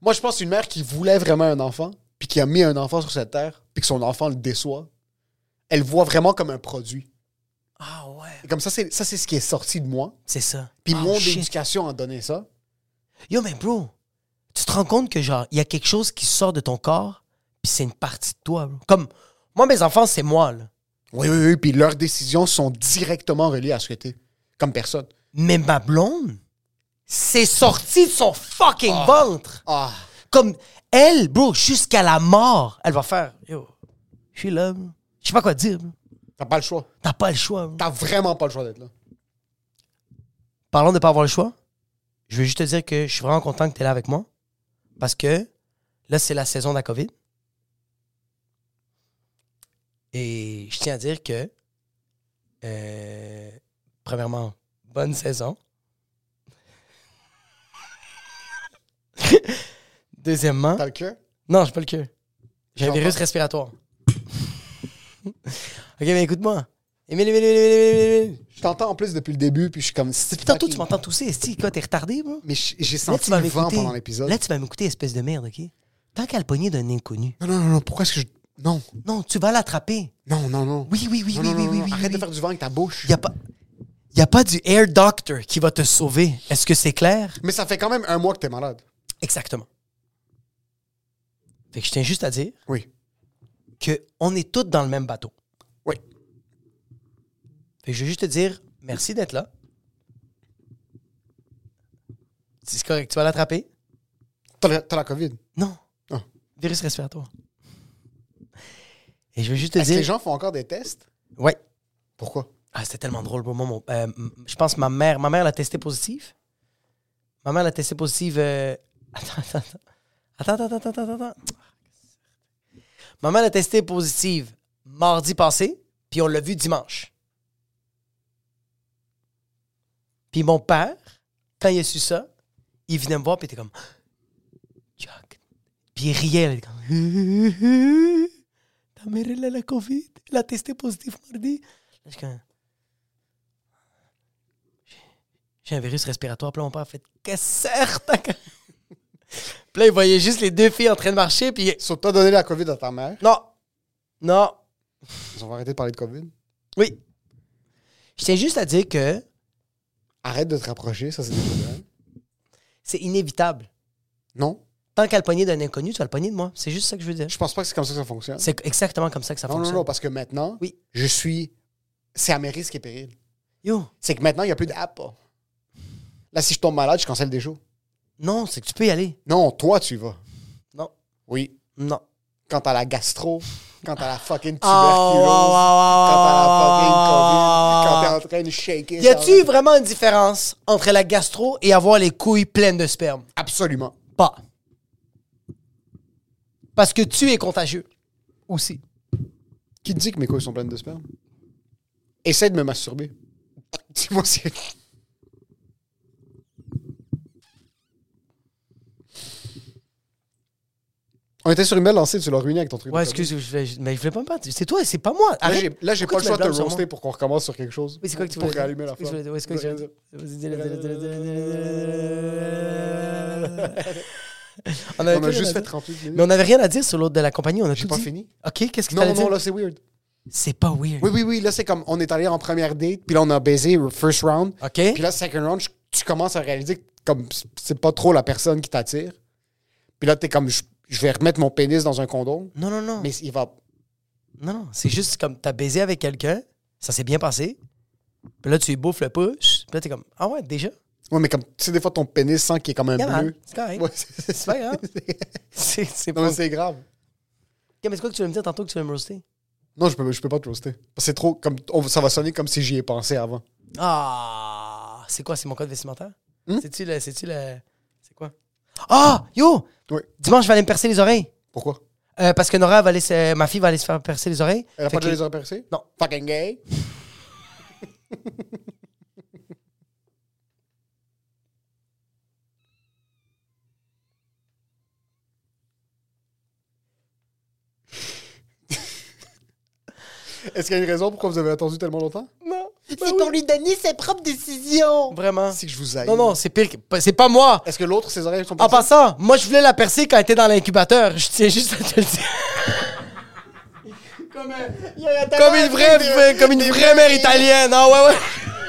Moi, je pense une mère qui voulait vraiment un enfant, puis qui a mis un enfant sur cette terre, puis que son enfant le déçoit, elle voit vraiment comme un produit. Ah ouais. Et comme ça, c'est ça, c'est ce qui est sorti de moi. C'est ça. Puis Oh, mon shit. éducation a donné ça. Yo, mais bro, tu te rends compte que genre, il y a quelque chose qui sort de ton corps, puis c'est une partie de toi, bro. Comme, moi, mes enfants, c'est moi, là. Oui, oui, oui. Puis leurs décisions sont directement reliées à ce que t'es, comme personne. Mais ma blonde, c'est sorti de son fucking ventre. Ah, Comme, elle, bro, jusqu'à la mort, elle va faire, yo, je suis là, bro. je sais pas quoi dire, bro. t'as pas le choix. T'as pas le choix, bro. T'as vraiment pas le choix d'être là. Parlons de pas avoir le choix. Je veux juste te dire que je suis vraiment content que t'es là avec moi, parce que là, c'est la saison de la COVID. Et je tiens à dire que, euh, premièrement, bonne saison. Deuxièmement, T'as le cœur? non, j'ai pas le cœur. J'ai un J'entends. virus respiratoire. ok, mais écoute-moi. Émile, Émile, Émile, Émile, Émile, Émile. Je t'entends en plus depuis le début, puis je suis comme. Depuis tantôt, tu m'entends tousser. Est-ce que t'es retardé, moi? Mais j- j'ai Là, senti tu vas le vent m'écouter. pendant l'épisode. Là, tu vas m'écouter, espèce de merde, OK? Tant qu'à le pogner d'un inconnu. Non, non, non, non, pourquoi est-ce que je. Non, Non, tu vas l'attraper. non, non, non. Oui, oui, oui, Non, oui, non, oui, non, oui, non, oui. Arrête oui. de faire du vent avec ta bouche. Y a pas... Y a pas du air doctor qui va te sauver. Est-ce que c'est clair? Mais ça fait quand même un mois que t'es malade. Exactement. Fait que je tiens juste à dire Oui. qu'on est tous dans le même bateau. Oui. Fait que je veux juste te dire merci d'être là. C'est correct. Tu vas l'attraper? T'as la, t'as la COVID. Non. Ah. Virus respiratoire. Et je veux juste te Est-ce que dire. les gens font encore des tests? Ouais. Pourquoi? Ah, c'était tellement drôle pour moi. mon- euh, m- je pense que ma mère, ma mère l'a testé positive. Ma mère l'a testé positive. euh, Attends, attends, attends. Attends, attends, attends, attends, attends. Ma mère l'a testé positive mardi passé, puis on l'a vu dimanche. Puis mon père, quand il a su ça, il venait me voir, puis il était comme. Jack. Puis il riait, là, il était comme. Ta mère, elle a la COVID. Elle a testé positif mardi. Là, je suis comme, J'ai- J'ai un virus respiratoire. Puis là, mon père a fait que certain. que- Puis là, il voyait juste les deux filles en train de marcher. Puis il- Sauf t'as donné la COVID à ta mère. non, non, On va arrêter de parler de COVID. oui. Je tiens juste à dire que Arrête de te rapprocher, ça c'est des problèmes. c'est inévitable. Non, Tant qu'à le pogner d'un inconnu, tu vas le pogner de moi. C'est juste ça que je veux dire. je pense pas que c'est comme ça que ça fonctionne. C'est exactement comme ça que ça non, non, fonctionne. non, parce que maintenant, Oui. je suis. C'est à mes risques et périls. Yo, C'est que maintenant, il n'y a plus d'app. là. Là, si je tombe malade, je cancelle des shows. non, c'est que tu peux y aller. Non, toi, tu y vas. Non, Oui. non. Quand t'as la gastro, quand t'as la fucking tuberculose, wow, wow, wow, wow, wow, wow, wow, wow, wow, wow. quand t'as la fucking COVID, quand t'es en train de shaker. Y a-tu ça- vraiment une différence entre la gastro et avoir les couilles pleines de sperme? Absolument. Pas. Parce que tu es contagieux. Aussi. Qui te dit que mes couilles sont pleines de sperme? Essaie de me masturber. Dis-moi si. On était sur une belle lancée, tu l'as ruiné avec ton truc. Ouais, de COVID. excuse, je voulais- je- mais je voulais pas me battre. C'est toi, c'est pas moi. Là, Arrête. j'ai- Là, j'ai pas Pourquoi le tu choix me de blâmes te sur roaster moi? pour qu'on recommence sur quelque chose. Oui, c'est quoi que tu Pour voulais réallumer la Qu'est-ce que tu flamme. voulais- ouais, c'est quoi Je que veux tu rien voulais- On avait dire. On plus rien a juste à fait dire. 38 Mais minutes. on avait rien à dire sur l'autre de la compagnie. On a J'ai tout pas dit. fini. Ok, qu'est-ce que Non, t'allais non, dire? là, c'est weird. C'est pas weird. Oui, oui, oui, là, c'est comme on est allé en première date, puis là, on a baisé first round. Ok. Puis là, second round, je- tu commences à réaliser que comme c'est pas trop la personne qui t'attire. Puis là, t'es comme, je, je vais remettre mon pénis dans un condom, Non, non, non. mais il va. Non, non. C'est juste comme t'as baisé avec quelqu'un, ça s'est bien passé. Puis là, tu lui bouffes le push. Puis là, t'es comme, ah ouais, déjà? Ouais, mais comme, tu sais, des fois, ton pénis sent qu'il est comme un Yeah, man, bleu. C'est correct. Ouais, c'est C'est pas grave. C'est c'est pas. Non, mais Ok, c'est grave. Mais c'est quoi que tu veux me dire tantôt que tu veux me roaster? Non, je peux, je peux pas te roaster. Parce que C'est trop. Comme, on- ça va sonner comme si j'y ai pensé avant. Ah! C'est quoi? C'est mon code vestimentaire? Hmm? C'est-tu le. C'est-tu le. C'est quoi? Ah! Yo! Oui. Dimanche, je vais aller me percer les oreilles. Pourquoi? Euh, parce que Nora va aller se- ma fille va aller se faire percer les oreilles. Elle a Fait pas de que- les oreilles percées? Non. Fucking gay. Est-ce qu'il y a une raison pourquoi vous avez attendu tellement longtemps? Non. Ben C'est pour lui donner ses propres décisions. Vraiment. Si je vous aille. Non, non, c'est pire. que- C'est pas moi. Est-ce que l'autre, ses oreilles sont En percées? passant, moi, je voulais la percer quand elle était dans l'incubateur. Je tiens juste à te le dire. Il y a tellement Comme un une truc vraie, de- comme une des vraie mère italienne. Ah ouais, ouais.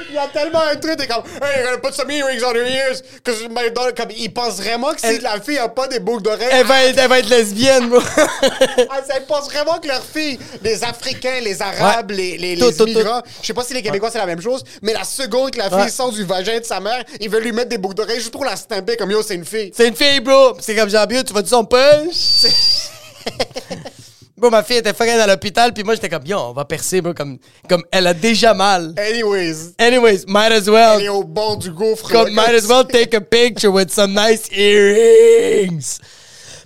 Il y a tellement un truc, t'es comme, hey, you're gonna put some earrings on your ears, cause my daughter, comme, il pense vraiment que si Elle- la fille a pas des boucles d'oreilles, Elle va être, elle va être lesbienne, bro. elle, elle pense vraiment que leur fille, les Africains, les Arabes, Ouais. les, les, Tout, les tout, tout. migrants, je sais pas si les Québécois c'est la même chose, mais la seconde que la fille Ouais. sort du vagin de sa mère, ils veulent lui mettre des boucles d'oreilles juste pour la stamper comme, yo, c'est une fille. C'est une fille, bro. C'est comme jean tu vas-tu son punch? bro, ma fille était fucking à l'hôpital, puis moi, j'étais comme, yo, on va percer, bro. Comme, comme elle a déjà mal. Anyways, Anyways, might as well. elle est au bord du gouffre. Comme, là, might as well take a picture with some nice earrings.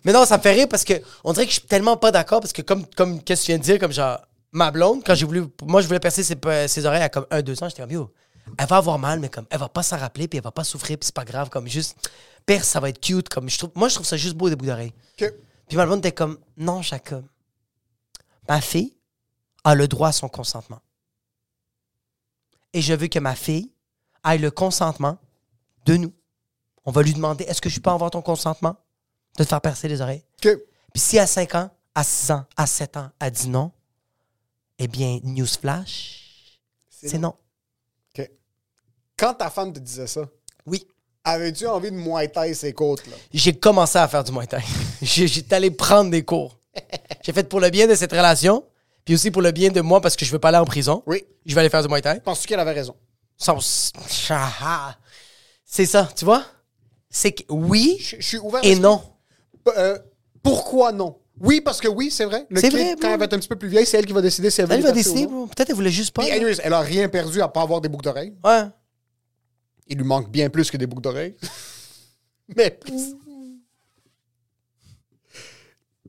Mais non, ça me fait rire parce que on dirait que je suis tellement pas d'accord parce que comme, comme qu'est-ce que tu viens de dire, comme genre ma blonde, quand j'ai voulu, moi je voulais percer ses, pe- ses oreilles à comme 1 2 ans, j'étais comme yo, elle va avoir mal mais comme elle va pas s'en rappeler puis elle va pas souffrir puis c'est pas grave comme juste perce ça va être cute comme je trouve moi je trouve ça juste beau des bouts d'oreilles. que- Puis ma blonde était comme non Jacob. Ma fille a le droit à son consentement. Et je veux que ma fille aille le consentement de nous. On va lui demander est-ce que je peux avoir ton consentement de te faire percer les oreilles que- Puis si à 5 ans, à 6 ans, à 7 ans, elle dit non, eh bien, newsflash, c'est non. que- Quand ta femme te disait ça, Oui. avais-tu envie de Muay Thai ses côtes, là? J'ai commencé à faire du Muay Thai. J'ai- J'étais allé prendre des cours. J'ai fait pour le bien de cette relation, puis aussi pour le bien de moi parce que je veux pas aller en prison. Oui. Je vais aller faire du Muay Thai. Penses-tu qu'elle avait raison? Sans- Ah, C'est ça, tu vois? C'est que oui Je, je suis ouvert. et l'esprit. non. Euh, pourquoi non? Oui, parce que oui, c'est vrai. Le C'est kid, vrai, quand oui. elle va être un petit peu plus vieille, c'est elle qui va décider si elle veut Elle va les percer décider, ou non. bro. peut-être elle voulait juste pas. Puis, là. anyways, elle a rien perdu à pas avoir des boucles d'oreilles. Ouais. Il lui manque bien plus que des boucles d'oreilles. Mais plus.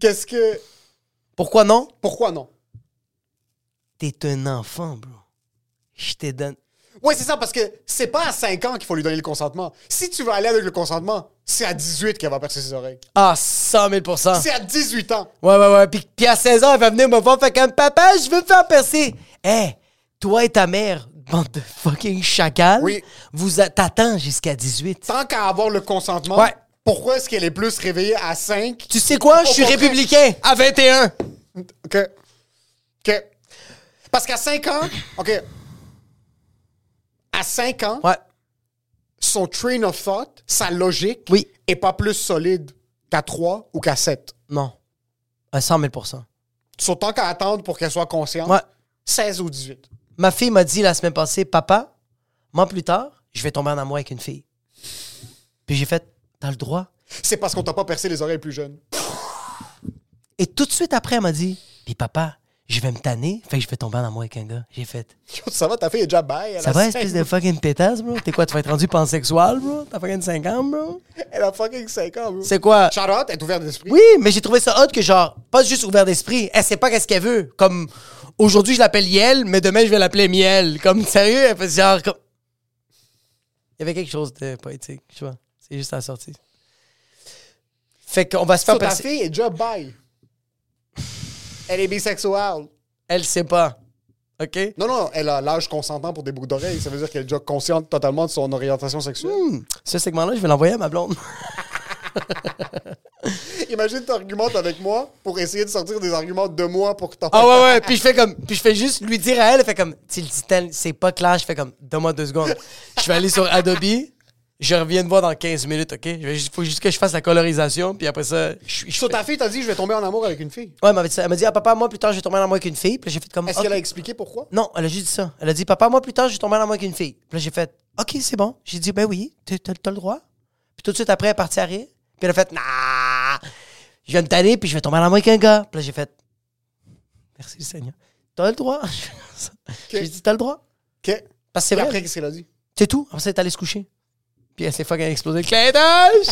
Qu'est-ce que. Pourquoi non? Pourquoi non? T'es un enfant, bro. Je te donne. Oui, c'est ça, parce que c'est pas à 5 ans qu'il faut lui donner le consentement. Si tu veux aller avec le consentement, c'est à 18 qu'elle va percer ses oreilles. Ah, 100 000 C'est à 18 ans. Ouais, ouais, ouais. Puis, puis à 16 ans, elle va venir me voir, fait comme papa, je veux me faire percer. Hé, toi et ta mère, bande de fucking chacal, Oui. vous a- t'attends jusqu'à 18. Tant qu'à avoir le consentement, Ouais. pourquoi est-ce qu'elle est plus réveillée à 5 Tu sais quoi? Je suis contraire. républicain à 21. que. que. Parce qu'à 5 ans, OK. À 5 ans, Ouais. son train of thought, sa logique, Oui. est pas plus solide qu'à 3 ou qu'à 7. Non. À 100 000 Surtout qu'à attendre pour qu'elle soit consciente, Ouais. 16 ou 18. Ma fille m'a dit la semaine passée, papa, moi plus tard, je vais tomber en amour avec une fille. Puis j'ai fait, t'as le droit. C'est parce qu'on t'a pas percé les oreilles plus jeune. Et tout de suite après, elle m'a dit, puis papa, je vais me tanner, fait que je vais tomber en amour avec un gars. J'ai fait, Ça va, ta fille est déjà baille. elle ça a va, cinq- espèce de fucking pétasse, bro? T'es quoi, tu vas être rendu pansexuel, bro? T'as fucking 5 ans, bro? Elle a fucking 5 ans, bro. C'est quoi? Shout-out, elle est ouverte d'esprit. Oui, mais j'ai trouvé ça hot que genre, pas juste ouvert d'esprit, elle sait pas qu'est-ce qu'elle veut. Comme, aujourd'hui, je l'appelle Yel, mais demain, je vais l'appeler Miel. Comme, sérieux, elle fait genre, comme... Il y avait quelque chose de poétique, tu vois. C'est juste à la sortie. Fait qu'on va se So, faire ta percer. fille est déjà baille. Elle est bisexuelle. Elle sait pas. OK? Non, non, elle a l'âge consentant pour des boucles d'oreilles. Ça veut dire qu'elle est déjà consciente totalement de son orientation sexuelle. Hmm. Ce segment-là, je vais l'envoyer à ma blonde. Imagine, t'argumentes avec moi pour essayer de sortir des arguments de moi pour que t'en Ah ouais, ouais. Puis je fais comme. Puis je fais juste lui dire à elle, elle fait comme. Tu le dis tel, c'est pas clair. Je fais comme. Donne-moi deux secondes. Je vais aller sur Adobe. Je reviens te voir dans 15 minutes, OK? Il faut juste que je fasse la colorisation. Puis après ça, je suis. je So, fais- ta fille t'a dit, je vais tomber en amour avec une fille. Ouais, elle m'avait dit ça. Elle m'a dit, ah, papa, moi, plus tard, je vais tomber en amour avec une fille. Puis là, j'ai fait comme. Est-ce OK. qu'elle a expliqué pourquoi? Non, elle a juste dit ça. Elle a dit, papa, moi, plus tard, je vais tomber en amour avec une fille. Puis là, j'ai fait, OK, c'est bon. J'ai dit, ben oui, t'as t'as- t'as le droit. Puis tout de suite après, elle est partie à rire. Puis elle a fait, nah, je viens de tanner, puis je vais tomber en amour avec un gars. Puis là, j'ai fait, merci Seigneur. T'as le droit. J'ai dit, t'as le droit. OK. Parce que c'est Et vrai. après, qu'est-ce qu'elle a dit? C'est tout. Après ça, elle est allée se coucher. Puis elle s'est fucking explosé. Clin d'œil!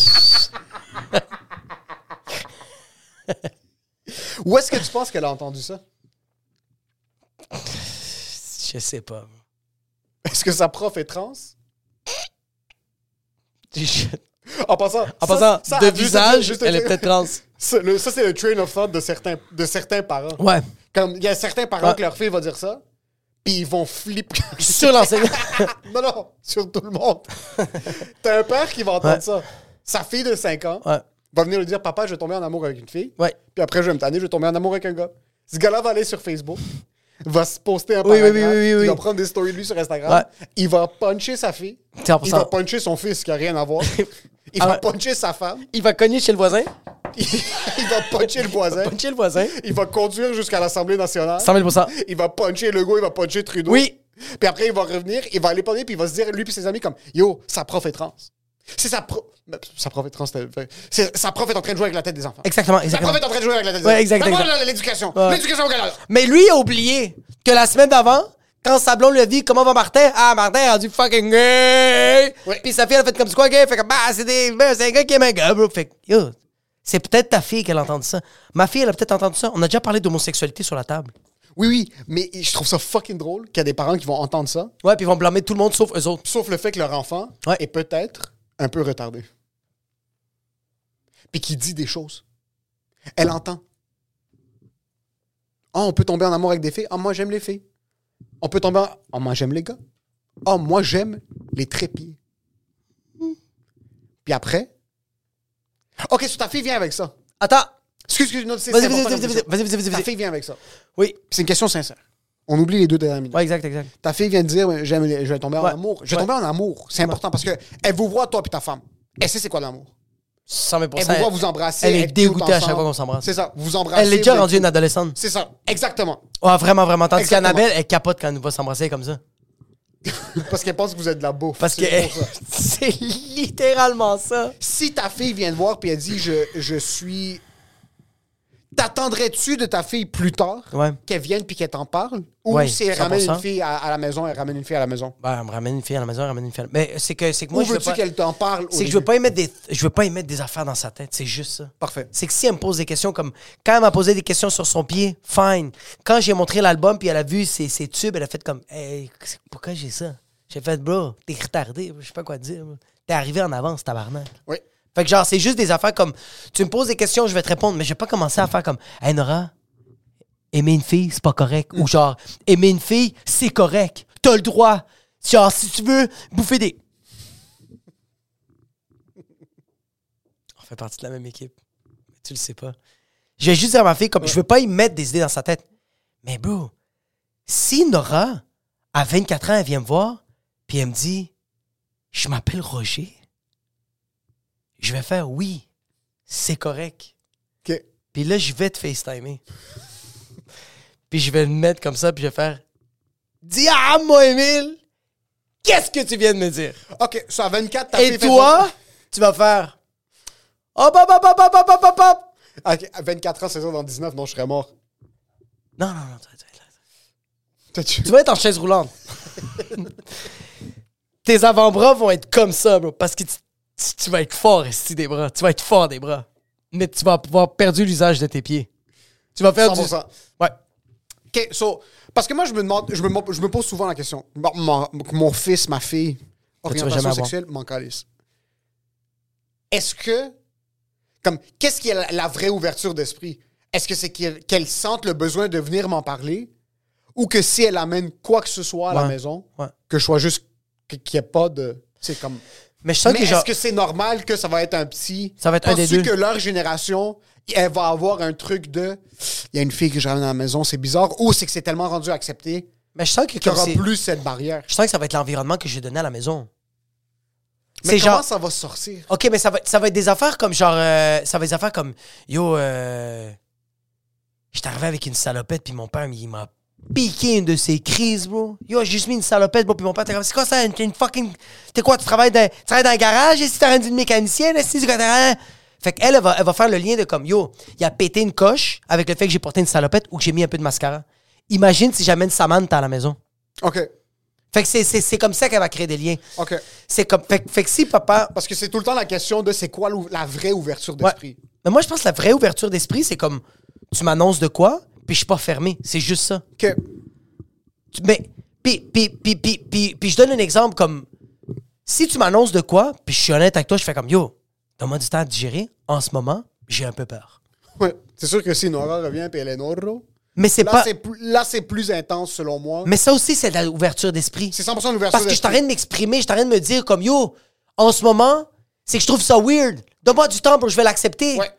Où est-ce que tu penses qu'elle a entendu ça? Je sais pas. Est-ce que sa prof est trans? Je- En passant, En passant, ça- de juste- visage, juste- elle est peut-être trans. Ça, le- ça, c'est le train of thought de certains, de certains parents. Ouais. Comme il y a certains parents Ouais. que leur fille va dire ça, puis ils vont flipper. Sur l'enseignant. non, non, sur tout le monde. T'as un père qui va entendre Ouais. ça. Sa fille de 5 ans Ouais. va venir lui dire Papa, je vais tomber en amour avec une fille. Ouais. Puis après, je vais me tanner, je vais tomber en amour avec un gars. Ce gars-là va aller sur Facebook, va se poster un Oui, oui, paragraphe, oui, oui, oui, il va oui. prendre des stories de lui sur Instagram, il va puncher sa fille, 100%. il va puncher son fils qui a rien à voir, il Ah va ouais. puncher sa femme, Il va cogner chez le voisin. il va puncher le voisin, Chez le voisin. il va conduire jusqu'à l'Assemblée nationale, 100 000 il va puncher Legault, il va puncher Trudeau. Oui. Puis après, il va revenir, il va aller parler, puis il va se dire, lui puis ses amis, comme Yo, sa prof est trans. C'est sa prof. Sa prof est trans, c'était- c'est- sa prof est en train de jouer avec la tête des enfants. Exactement, Sa exactement. prof est en train de jouer avec la tête des Ouais, enfants. exact, Mais exact. voilà l'éducation. Ouais. L'éducation au Canada. Mais lui, il a oublié que la semaine d'avant, quand Sablon lui a dit comment va Martin, ah, Martin est rendu fucking gay. Oui. Puis sa fille, elle a fait comme c'est quoi gay. Fait que, bah, c'est des, ben, c'est un gars qui aime un gars, bro. Fait que, yo, c'est peut-être ta fille qu'elle a entendu ça. Ma fille, elle a peut-être entendu ça. On a déjà parlé d'homosexualité sur la table. Oui, oui, mais je trouve ça fucking drôle qu'il y a des parents qui vont entendre ça, Ouais, puis ils vont blâmer tout le monde sauf eux autres. sauf le fait que leur enfant Ouais. est peut-être un peu retardé. Puis qui dit des choses. Elle entend. Ah, on peut tomber en amour avec des filles. Ah, moi, j'aime les filles. On peut tomber en. Ah, moi, j'aime les gars. Ah, moi, j'aime les trépieds. Puis après. Ok, si ta fille vient avec ça. Attends. Excuse, excuse, non, c'est Vas-y, c'est vas-y, important vas-y, comme vas-y, question. vas-y, vas-y, vas-y. Ta fille vient avec ça. Oui. C'est une question sincère. On oublie les deux dernières minutes. Ouais, exact, exact. Ta fille vient de dire ouais, j'aime les- je vais tomber en Ouais. amour. Je vais Ouais. tomber en amour. C'est important parce que elle vous voit toi puis ta femme. Elle sait c'est quoi l'amour. 100 000 Elle vous voit vous embrasser. Elle est être cute dégoûtée à ensemble. chaque fois qu'on s'embrasse. C'est ça. Vous vous embrassez. Elle est déjà vous êtes rendue cute. une adolescente. C'est ça. Exactement. Ouais, vraiment, vraiment. Tandis Exactement. qu'Annabelle, elle capote quand elle nous voit s'embrasser comme ça. Parce qu'elle pense que vous êtes de la bouffe. Parce que C'est pour ça. c'est littéralement ça. Si ta fille vient te voir puis elle dit je, je suis. T'attendrais-tu de ta fille plus tard Ouais. qu'elle vienne puis qu'elle t'en parle? Ou Ouais, si elle ramène 100%. une fille à, à la maison, elle ramène une fille à la maison? Ben, elle me ramène une fille à la maison, elle ramène une fille. à la- Mais c'est que, c'est que moi, Ou je veux veux-tu pas- qu'elle t'en parle au C'est que je veux début? pas émettre des, je veux pas émettre des affaires dans sa tête. C'est juste ça. Parfait. C'est que si elle me pose des questions comme quand elle m'a posé des questions sur son pied, fine. Quand j'ai montré l'album puis elle a vu ses, ses tubes, elle a fait comme Hey, c'est- pourquoi j'ai ça J'ai fait bro, t'es retardé, je sais pas quoi te dire. T'es arrivé en avance, tabarnak. Oui. Fait que genre c'est juste des affaires comme tu me poses des questions, je vais te répondre, mais je vais pas commencer à faire comme Hey Nora, aimer une fille, c'est pas correct ou genre aimer une fille, c'est correct. T'as le droit. Genre si tu veux bouffer des On fait partie de la même équipe. Mais tu le sais pas. Je vais juste dire à ma fille, comme, je veux pas y mettre des idées dans sa tête. Mais bro, si Nora, à 24 ans, elle vient me voir, puis elle me dit, je m'appelle Roger, je vais faire oui, c'est correct. OK. Puis là, je vais te FaceTimer. puis je vais le mettre comme ça, puis je vais faire, dis à moi, Émile, qu'est-ce que tu viens de me dire? OK, ça à 24, ta Et fille fait toi, tu vas faire, hop, hop, hop, hop, hop, hop, hop, hop, hop. ça. OK, à 24 ans, c'est ça, dans 19, non, je serais mort. Non, non, non, tu vas être là. T'as-tu- Tu vas être en chaise roulante. Tes avant-bras vont être comme ça, bro, parce que tu, tu- tu vas être fort ici des bras. Tu vas être fort des bras. Mais tu vas avoir perdu l'usage de tes pieds. Tu vas faire du... 100%. Ouais. OK, so, parce que moi, je me demande, je me, mo- je me pose souvent la question. Mon, mon- mon fils, ma fille, tu vas jamais orientation avoir. sexuelle, m'en calisse. Est-ce que, comme, qu'est-ce qui est la, la vraie ouverture d'esprit? Est-ce que c'est qu'il- qu'elle sente le besoin de venir m'en parler? Ou que si elle amène quoi que ce soit à la Ouais. maison, Ouais. que je sois juste, que- qu'il n'y ait pas de. C'est comme. Mais je sens Mais que est-ce genre... que c'est normal que ça va être un petit. Ça va être un des Penses-tu deux. que leur génération, elle va avoir un truc de. Il y a une fille que je ramène à la maison, c'est bizarre. Ou c'est que c'est tellement rendu accepté Mais je sens que qu'il comme n'y aura c'est- plus cette barrière. Je sens que ça va être l'environnement que je vais donner à la maison. Mais C'est comment genre... ça va sortir? OK, mais ça va, ça va être des affaires comme genre... euh, ça va être des affaires comme... Yo, euh... J'étais arrivé avec une salopette, puis mon père, il m'a piqué une de ses crises, bro. Yo, j'ai juste mis une salopette, bro, puis mon père, t'es comme... C'est quoi ça, une, une fucking... T'es quoi, tu travailles dans, tu travailles dans un garage, et si t'as rendu une mécanicienne, et si tu... Fait qu'elle, elle va, elle va faire le lien de comme... Yo, il a pété une coche avec le fait que j'ai porté une salopette ou que j'ai mis un peu de mascara. Imagine si j'amène Samantha à la maison. OK. Fait que c'est- c'est c'est comme ça qu'elle va créer des liens. OK. C'est comme... Fait, que- fait que si papa... Parce que c'est tout le temps la question de c'est quoi l'ou- la vraie ouverture d'esprit. Ouais. Mais moi, je pense que la vraie ouverture d'esprit, c'est comme tu m'annonces de quoi, puis je suis pas fermé. C'est juste ça. OK. Tu- Mais, puis, puis, puis, puis, puis, puis je donne un exemple comme si tu m'annonces de quoi, puis je suis honnête avec toi, je fais comme yo, donne-moi du temps à digérer. En ce moment, j'ai un peu peur. Ouais. C'est sûr que si Nora revient et elle est Nora, Mais c'est là, pas. c'est plus- là, c'est plus intense selon moi. Mais ça aussi, c'est de l'ouverture d'esprit. C'est 100% l'ouverture Parce que je d'esprit. t'arrête de m'exprimer, je t'arrête de me dire comme yo, en ce moment, c'est que je trouve ça weird. Donne-moi du temps pour que je vais l'accepter. Ouais.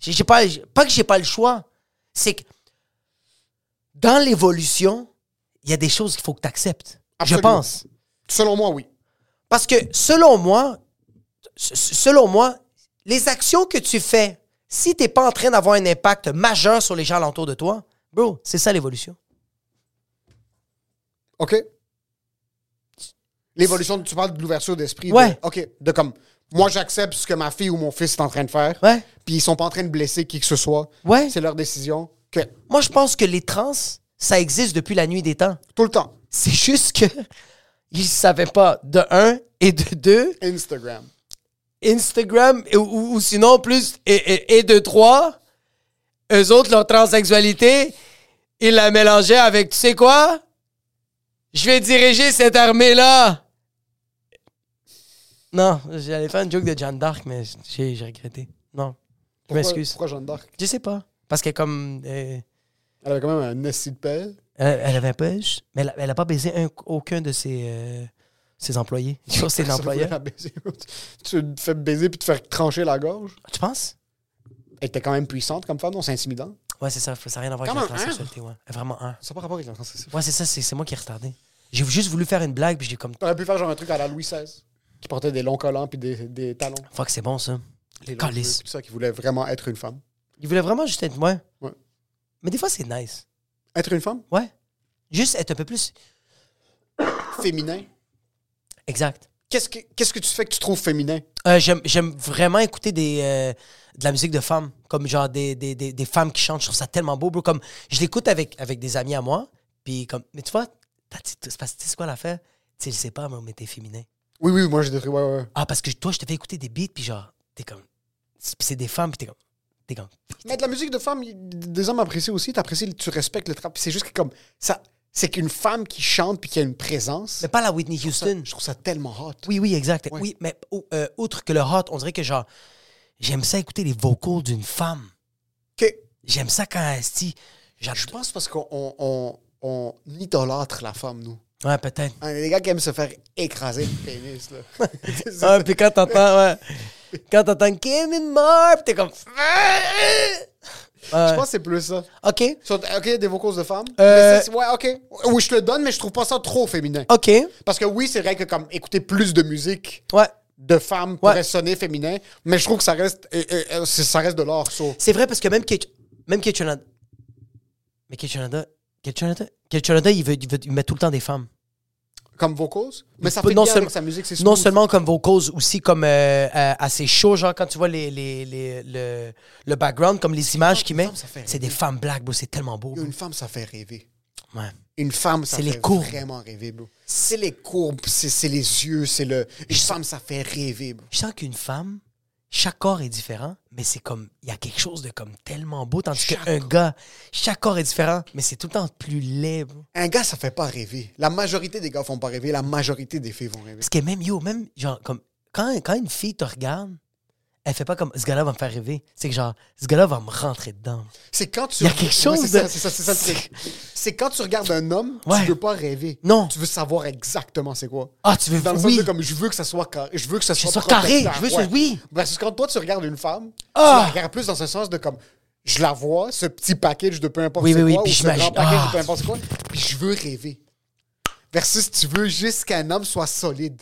J'ai j'ai pas, j'ai- pas que j'ai pas le choix. C'est que dans l'évolution, il y a des choses qu'il faut que tu acceptes. Je Absolument. pense. Selon moi, oui. Parce que selon moi, s- s- selon moi, les actions que tu fais, si t'es pas en train d'avoir un impact majeur sur les gens alentour de toi, bro, c'est ça l'évolution. OK. L'évolution, tu parles de l'ouverture d'esprit. de- Ouais. OK. De comme, moi, j'accepte ce que ma fille ou mon fils est en train de faire. Ouais. Puis ils sont pas en train de blesser qui que ce soit. Ouais. C'est leur décision. OK. Moi, je pense que les trans, ça existe depuis la nuit des temps. Tout le temps. C'est juste que ils savaient pas de un et de deux Instagram. Instagram et- ou, ou sinon plus et, et- et de trois. Eux autres leur transsexualité, ils la mélangeaient avec tu sais quoi Je vais diriger cette armée là. Non, j'allais faire une joke de Jeanne d'Arc, mais j'ai j'ai regretté. Non, je Pourquoi- m'excuse. Pourquoi Jeanne d'Arc? Je sais pas parce que comme euh, Elle avait quand même un assis de pelle. Elle, Euh, elle avait pas, je- mais elle, elle a pas baisé un- aucun de ses, euh, ses employés. Je crois que c'est Ça voulait l'employeur. la baiser. tu te fais baiser puis te faire trancher la gorge. Tu penses? Elle était quand même puissante comme femme, non? C'est intimidant. Ouais, c'est ça. Ça n'a rien à voir Comme avec un la transsexualité. Ouais. Vraiment un. Ça n'a pas rapport avec la transsexuelle. Ouais, c'est ça. C'est c'est moi qui ai retardé. J'ai juste voulu faire une blague, puis j'ai comme. T'aurais pu faire genre un truc à la Louis XVI qui portait des longs collants puis des, des talons. Fuck, c'est bon ça. Les Calisse. longs cheveux, tout ça, qui voulait vraiment être une femme. Il voulait vraiment juste être moi. Ouais. Mais des fois, c'est nice. Être une femme? Ouais. Juste être un peu plus. Féminin? Exact. Qu'est-ce que, qu'est-ce que tu fais que tu trouves féminin? Euh, j'aime, j'aime vraiment écouter des, euh, de la musique de femmes, comme genre des, des, des, des femmes qui chantent. Je trouve ça tellement beau, bro. Comme je l'écoute avec, avec des amis à moi, puis comme, mais tu vois, t'as- tu c'est parce que tu sais quoi l'affaire? Tu sais, je sais pas, mais t'es féminin. Oui, oui, moi, j'ai des trucs... Ouais, ouais, ouais. Ah, parce que toi, je te fais écouter des beats, puis genre, t'es comme, c'est puis c'est des femmes, puis t'es comme, t'es comme, Mais de la musique de femme, y- des hommes apprécient aussi. T'apprécies, le- tu respectes le trap. Puis C'est juste que comme ça, c'est qu'une femme qui chante puis qui a une présence. mais pas la Whitney ça, Houston. je trouve ça tellement hot. Oui, oui, exact. Ouais. Oui, mais au- euh, outre que le hot, on dirait que genre, j'aime ça écouter les vocaux d'une femme. Que- J'aime ça quand elle genre, je pense parce qu'on on, on idolâtre la femme, nous. Ouais, peut-être. Hein, Les gars qui aiment se faire écraser le pénis, là. C'est ça. Ah, puis quand t'entends, ouais. Quand t'entends Kim and Mar, t'es comme. Je pense que c'est plus ça. Ok, Sur- OK, des vocaux de femmes. Ah. Euh, Ah. Mais ça, c'est- ouais, OK. Oui, je te le donne, mais je trouve pas ça trop féminin. ok, Parce que oui, c'est vrai que comme écouter plus de musique ouais. de femmes pourrait Ouais. sonner féminin, mais je trouve que ça reste, euh, euh, euh, c'est- ça reste de l'art, so. C'est vrai parce que même Kate, même Kate Shonada- Mais Kate Shonada- Kate Shonada- Kate Shonada, il veut, il veut mettre tout le temps des femmes. comme vocals, mais ça Pas- fait bien seulement- avec sa musique, c'est Non smooth. seulement comme vocals, aussi comme euh, euh, assez chaud, genre quand tu vois les, les, les- le, le background, comme les images qu'il met. femmes, ça fait C'est des femmes black, bro, c'est tellement beau. bro. Une femme, ça fait rêver. Ouais. Une femme, ça C'est fait les courbes. vraiment rêver, bro. C'est les courbes, c'est c'est les yeux, c'est le... Une femme, ça fait rêver, bro. Je sens qu'une femme, chaque corps est différent, mais c'est comme, il y a quelque chose de comme tellement beau, tandis Chaque qu'un gars, chaque corps est différent, mais c'est tout le temps plus laid. bro. Un gars, ça fait pas rêver. La majorité des gars font pas rêver, la majorité des filles vont rêver. Parce que même, yo, même, genre, comme, quand, quand une fille te regarde, elle fait pas comme, ce gars-là va me faire rêver. C'est que genre, ce gars-là va me rentrer dedans. C'est quand tu... Il y a quelque Ouais, chose c'est de- ça, c'est ça, c'est ça le truc. C'est quand tu regardes un homme, Ouais. tu veux pas rêver. Non. Tu veux savoir exactement c'est quoi. Ah, tu veux, Dans le sens oui. de comme, je veux que ça soit carré. Je veux que ça soit, sois carré, protecteur, je veux que ce- oui. Versus quand toi, tu regardes une femme, Ah. tu la regardes plus dans ce sens de comme, je la vois, ce petit package de peu importe Oui, c'est oui, oui, quoi, puis ou je ce grand m'imagine- package Ah. de peu importe c'est quoi, puis je veux rêver. Versus tu veux juste qu'un homme soit solide.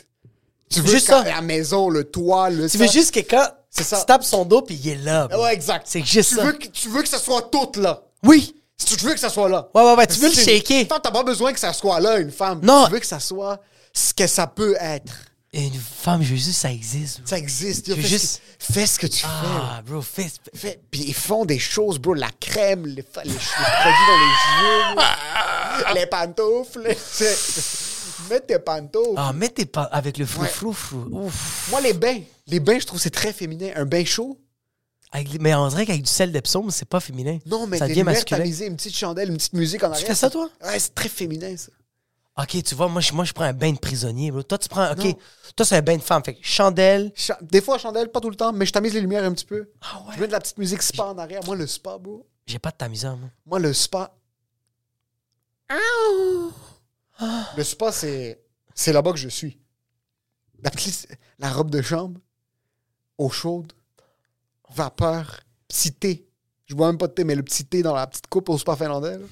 Tu veux Juste qu'à- ça. la maison, le toit, le Tu ça. veux juste que quand C'est ça. tu tapes son dos, puis il est là. bro. Ouais, exact. C'est juste tu ça. Veux que, tu veux que ça soit tout là. Oui. Si tu veux que ça soit là. Ouais, ouais, ouais, tu veux le Si shaker. Une femme, t'as pas besoin que ça soit là, une femme. Non. Tu veux que ça soit ce que ça peut être. Une femme, je veux juste, ça existe. bro. Ça existe. yo, Tu veux Fais, juste- ce que, fais ce que tu Ah, bro, fais. fais. Fais- Puis ils font des choses, bro. La crème, les, fa- les, che- les produits dans les yeux, les pantoufles. C'est- Mets tes pantoufles. Ah, mets tes pas avec le frou-frou, frou. Ouf. Moi, les bains. Les bains, je trouve c'est très féminin. Un bain chaud. Avec- mais on dirait qu'avec du sel de psaume, c'est pas féminin. Non, mais ça des devient lumières masculin. tamisées, une petite chandelle, une petite musique en arrière. fais ça, toi? Ouais, c'est très féminin, ça. Ok, tu vois, moi je, moi, je prends un bain de prisonnier. bro. Toi, tu prends. Ok, toi, c'est un bain de femme. Fait que chandelle. Cha- Des fois, chandelle, pas tout le temps, mais je tamise les lumières un petit peu. Ah ouais? Je mets de la petite musique spa en arrière. Moi, le spa, bro. J'ai pas de tamiseur, moi. Moi, le spa. Le spa, c'est c'est là-bas que je suis. La, petite- la robe de chambre, eau chaude, vapeur, petit thé. Je bois même pas de thé, mais le petit thé dans la petite coupe au spa finlandais. là.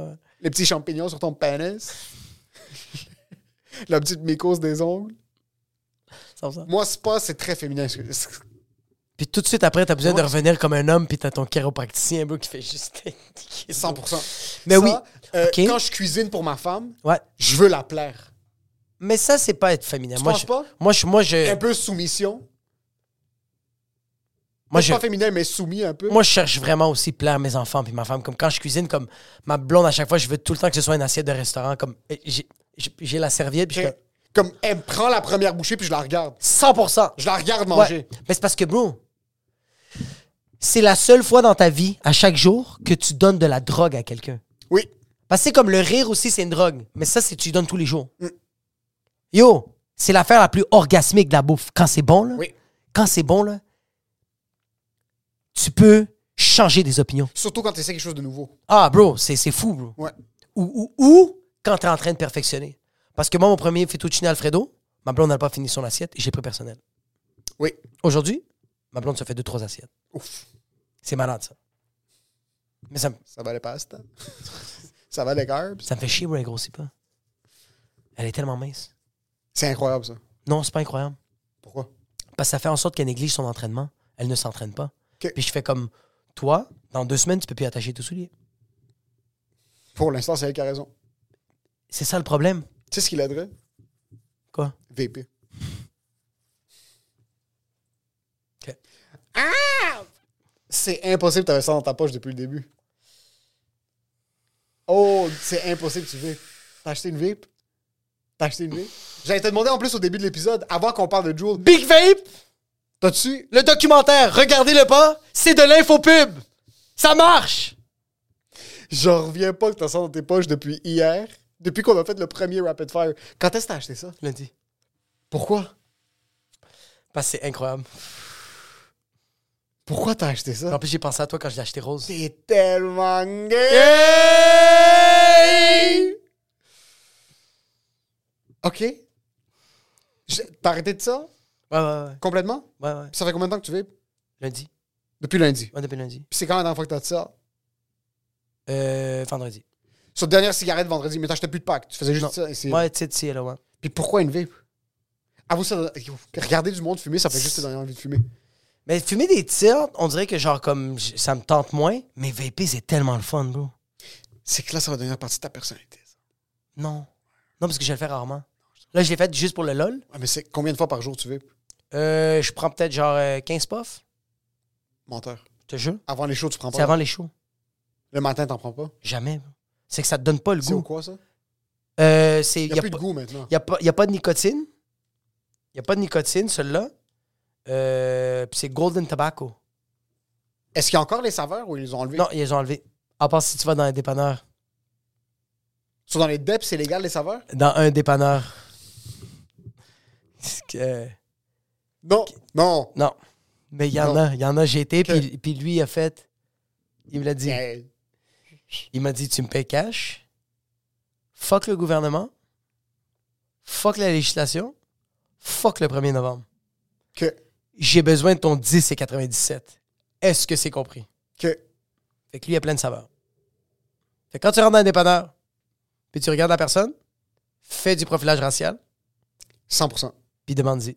Ouais. Les petits champignons sur ton pénis. la petite mycose des ongles. Ça, ça. Moi, spa, c'est très féminin. C'est- c'est- Puis tout de suite après, t'as besoin Moi, de revenir comme un homme, puis t'as ton chiropracticien, bro, qui fait juste. 100%. Mais Ça, oui. euh, Ok. Quand je cuisine pour ma femme, Ouais. je veux la plaire. Mais ça, c'est pas être féminin. Tu moi, penses je, pas? Moi, je. Moi, je. Un peu soumission. Moi, Moi, je Pas féminin, mais soumis un peu. moi, je cherche vraiment aussi plaire à mes enfants puis ma femme. Comme quand je cuisine, comme ma blonde, à chaque fois, je veux tout le temps que ce soit une assiette de restaurant. Comme euh, j'ai- j'ai j'ai la serviette, puis je Ok. fais Comme elle me prend la première bouchée puis je la regarde. 100 Je la regarde Ouais. manger. Mais c'est parce que, bro, c'est la seule fois dans ta vie, à chaque jour, que tu donnes de la drogue à quelqu'un. Oui. Parce que c'est comme le rire aussi, c'est une drogue. Mais ça, c'est tu lui donnes tous les jours. Mm. Yo, c'est l'affaire la plus orgasmique de la bouffe. Quand c'est bon, là, Oui. quand c'est bon, là, tu peux changer des opinions. Surtout quand tu essaies quelque chose de nouveau. Ah, bro, c'est c'est fou, bro. Ouais. Ou, ou, ou quand t'es en train de perfectionner. Parce que moi, mon premier fettuccine Alfredo, ma blonde n'a pas fini son assiette, j'ai pris personnel. Oui. Aujourd'hui, ma blonde se fait deux, trois assiettes. Ouf. C'est malade, ça. Mais ça, me- Ça va les pastes. ça va les carbs. ça me fait chier, bro, elle grossit pas. Elle est tellement mince. C'est incroyable, ça. Non, c'est pas incroyable. Pourquoi? Parce que ça fait en sorte qu'elle néglige son entraînement. elle ne s'entraîne pas. OK. Puis je fais comme toi, dans deux semaines, tu peux plus attacher tes souliers. Pour l'instant, c'est elle qui a raison. C'est ça le problème. Tu sais ce qu'il aiderait? Quoi? VP. OK. Ah! C'est impossible, t'avais ça dans ta poche depuis le début. Oh, c'est impossible, tu vapes. T'as acheté une vape? T'as acheté une vape? J'allais te demander en plus au début de l'épisode, avant qu'on parle de Jewel, Big Vape, t'as-tu le documentaire, regardez-le pas, c'est de l'infopub. Ça marche. J'en reviens pas que t'as ça dans tes poches depuis hier, depuis qu'on a fait le premier Rapid Fire. Quand est-ce que t'as acheté ça? Lundi. Pourquoi? Parce que c'est incroyable. Pourquoi t'as acheté En ça? plus, j'ai pensé à toi quand je l'ai acheté rose. T'es tellement gay! OK. Je- T'as arrêté de ça Ouais, ouais, ouais. complètement? ouais, ouais. Ça fait combien de temps que tu vapes? Lundi. Depuis lundi. Ouais, depuis lundi. Puis c'est quand la dernière fois que t'as dit ça? Euh, vendredi. Sur ta dernière cigarette vendredi, mais t'achetais plus de pack. Tu faisais juste Non. ça. Et c'est- Ouais, tu sais, tu sais, là, ouais. Puis pourquoi une vape? Avoue ça. Regarder du monde fumer, ça fait juste que t'as envie de fumer. Mais fumer des tirs, on dirait que genre comme j- ça me tente moins, mais vaper c'est tellement le fun, bro. C'est que là, ça va devenir partie de ta personnalité. ça. Non. Non, parce que je le fais rarement. Là, je l'ai fait juste pour le LOL. Ouais, mais c'est combien de fois par jour tu vapes? Euh, je prends peut-être genre euh, 15 puffs, Menteur. je te jure. Avant les shows, tu prends C'est pas. avant les shows. Le matin, t'en prends pas. Jamais. bro. C'est que ça te donne pas le C'est au goût. quoi ça? Euh, c'est- Il y n'y a, a plus pas- de goût maintenant. Il n'y a, pas- y a pas de nicotine. Il n'y a pas de nicotine, celui-là. Euh, Puis c'est Golden Tobacco. Est-ce qu'il y a encore les saveurs ou ils les ont enlevés? Non, ils les ont enlevé. À part si tu vas dans un dépanneur. Sont dans les DEP, c'est légal les saveurs? Dans un dépanneur. C'est que- euh, Non. Non. non. Mais il y en Non. a. Il y en a, j'ai été. Que- Puis puis lui, il a fait. Il me l'a dit. Eh, Il m'a dit Tu me payes cash. Fuck le gouvernement. Fuck la législation. Fuck le 1er novembre. Que, J'ai besoin de ton 10 et 97. Est-ce que c'est compris? que, Fait que lui, il a plein de saveurs. Fait que quand tu rentres dans un dépanneur, puis tu regardes la personne, fais du profilage racial, 100%. puis demande-y.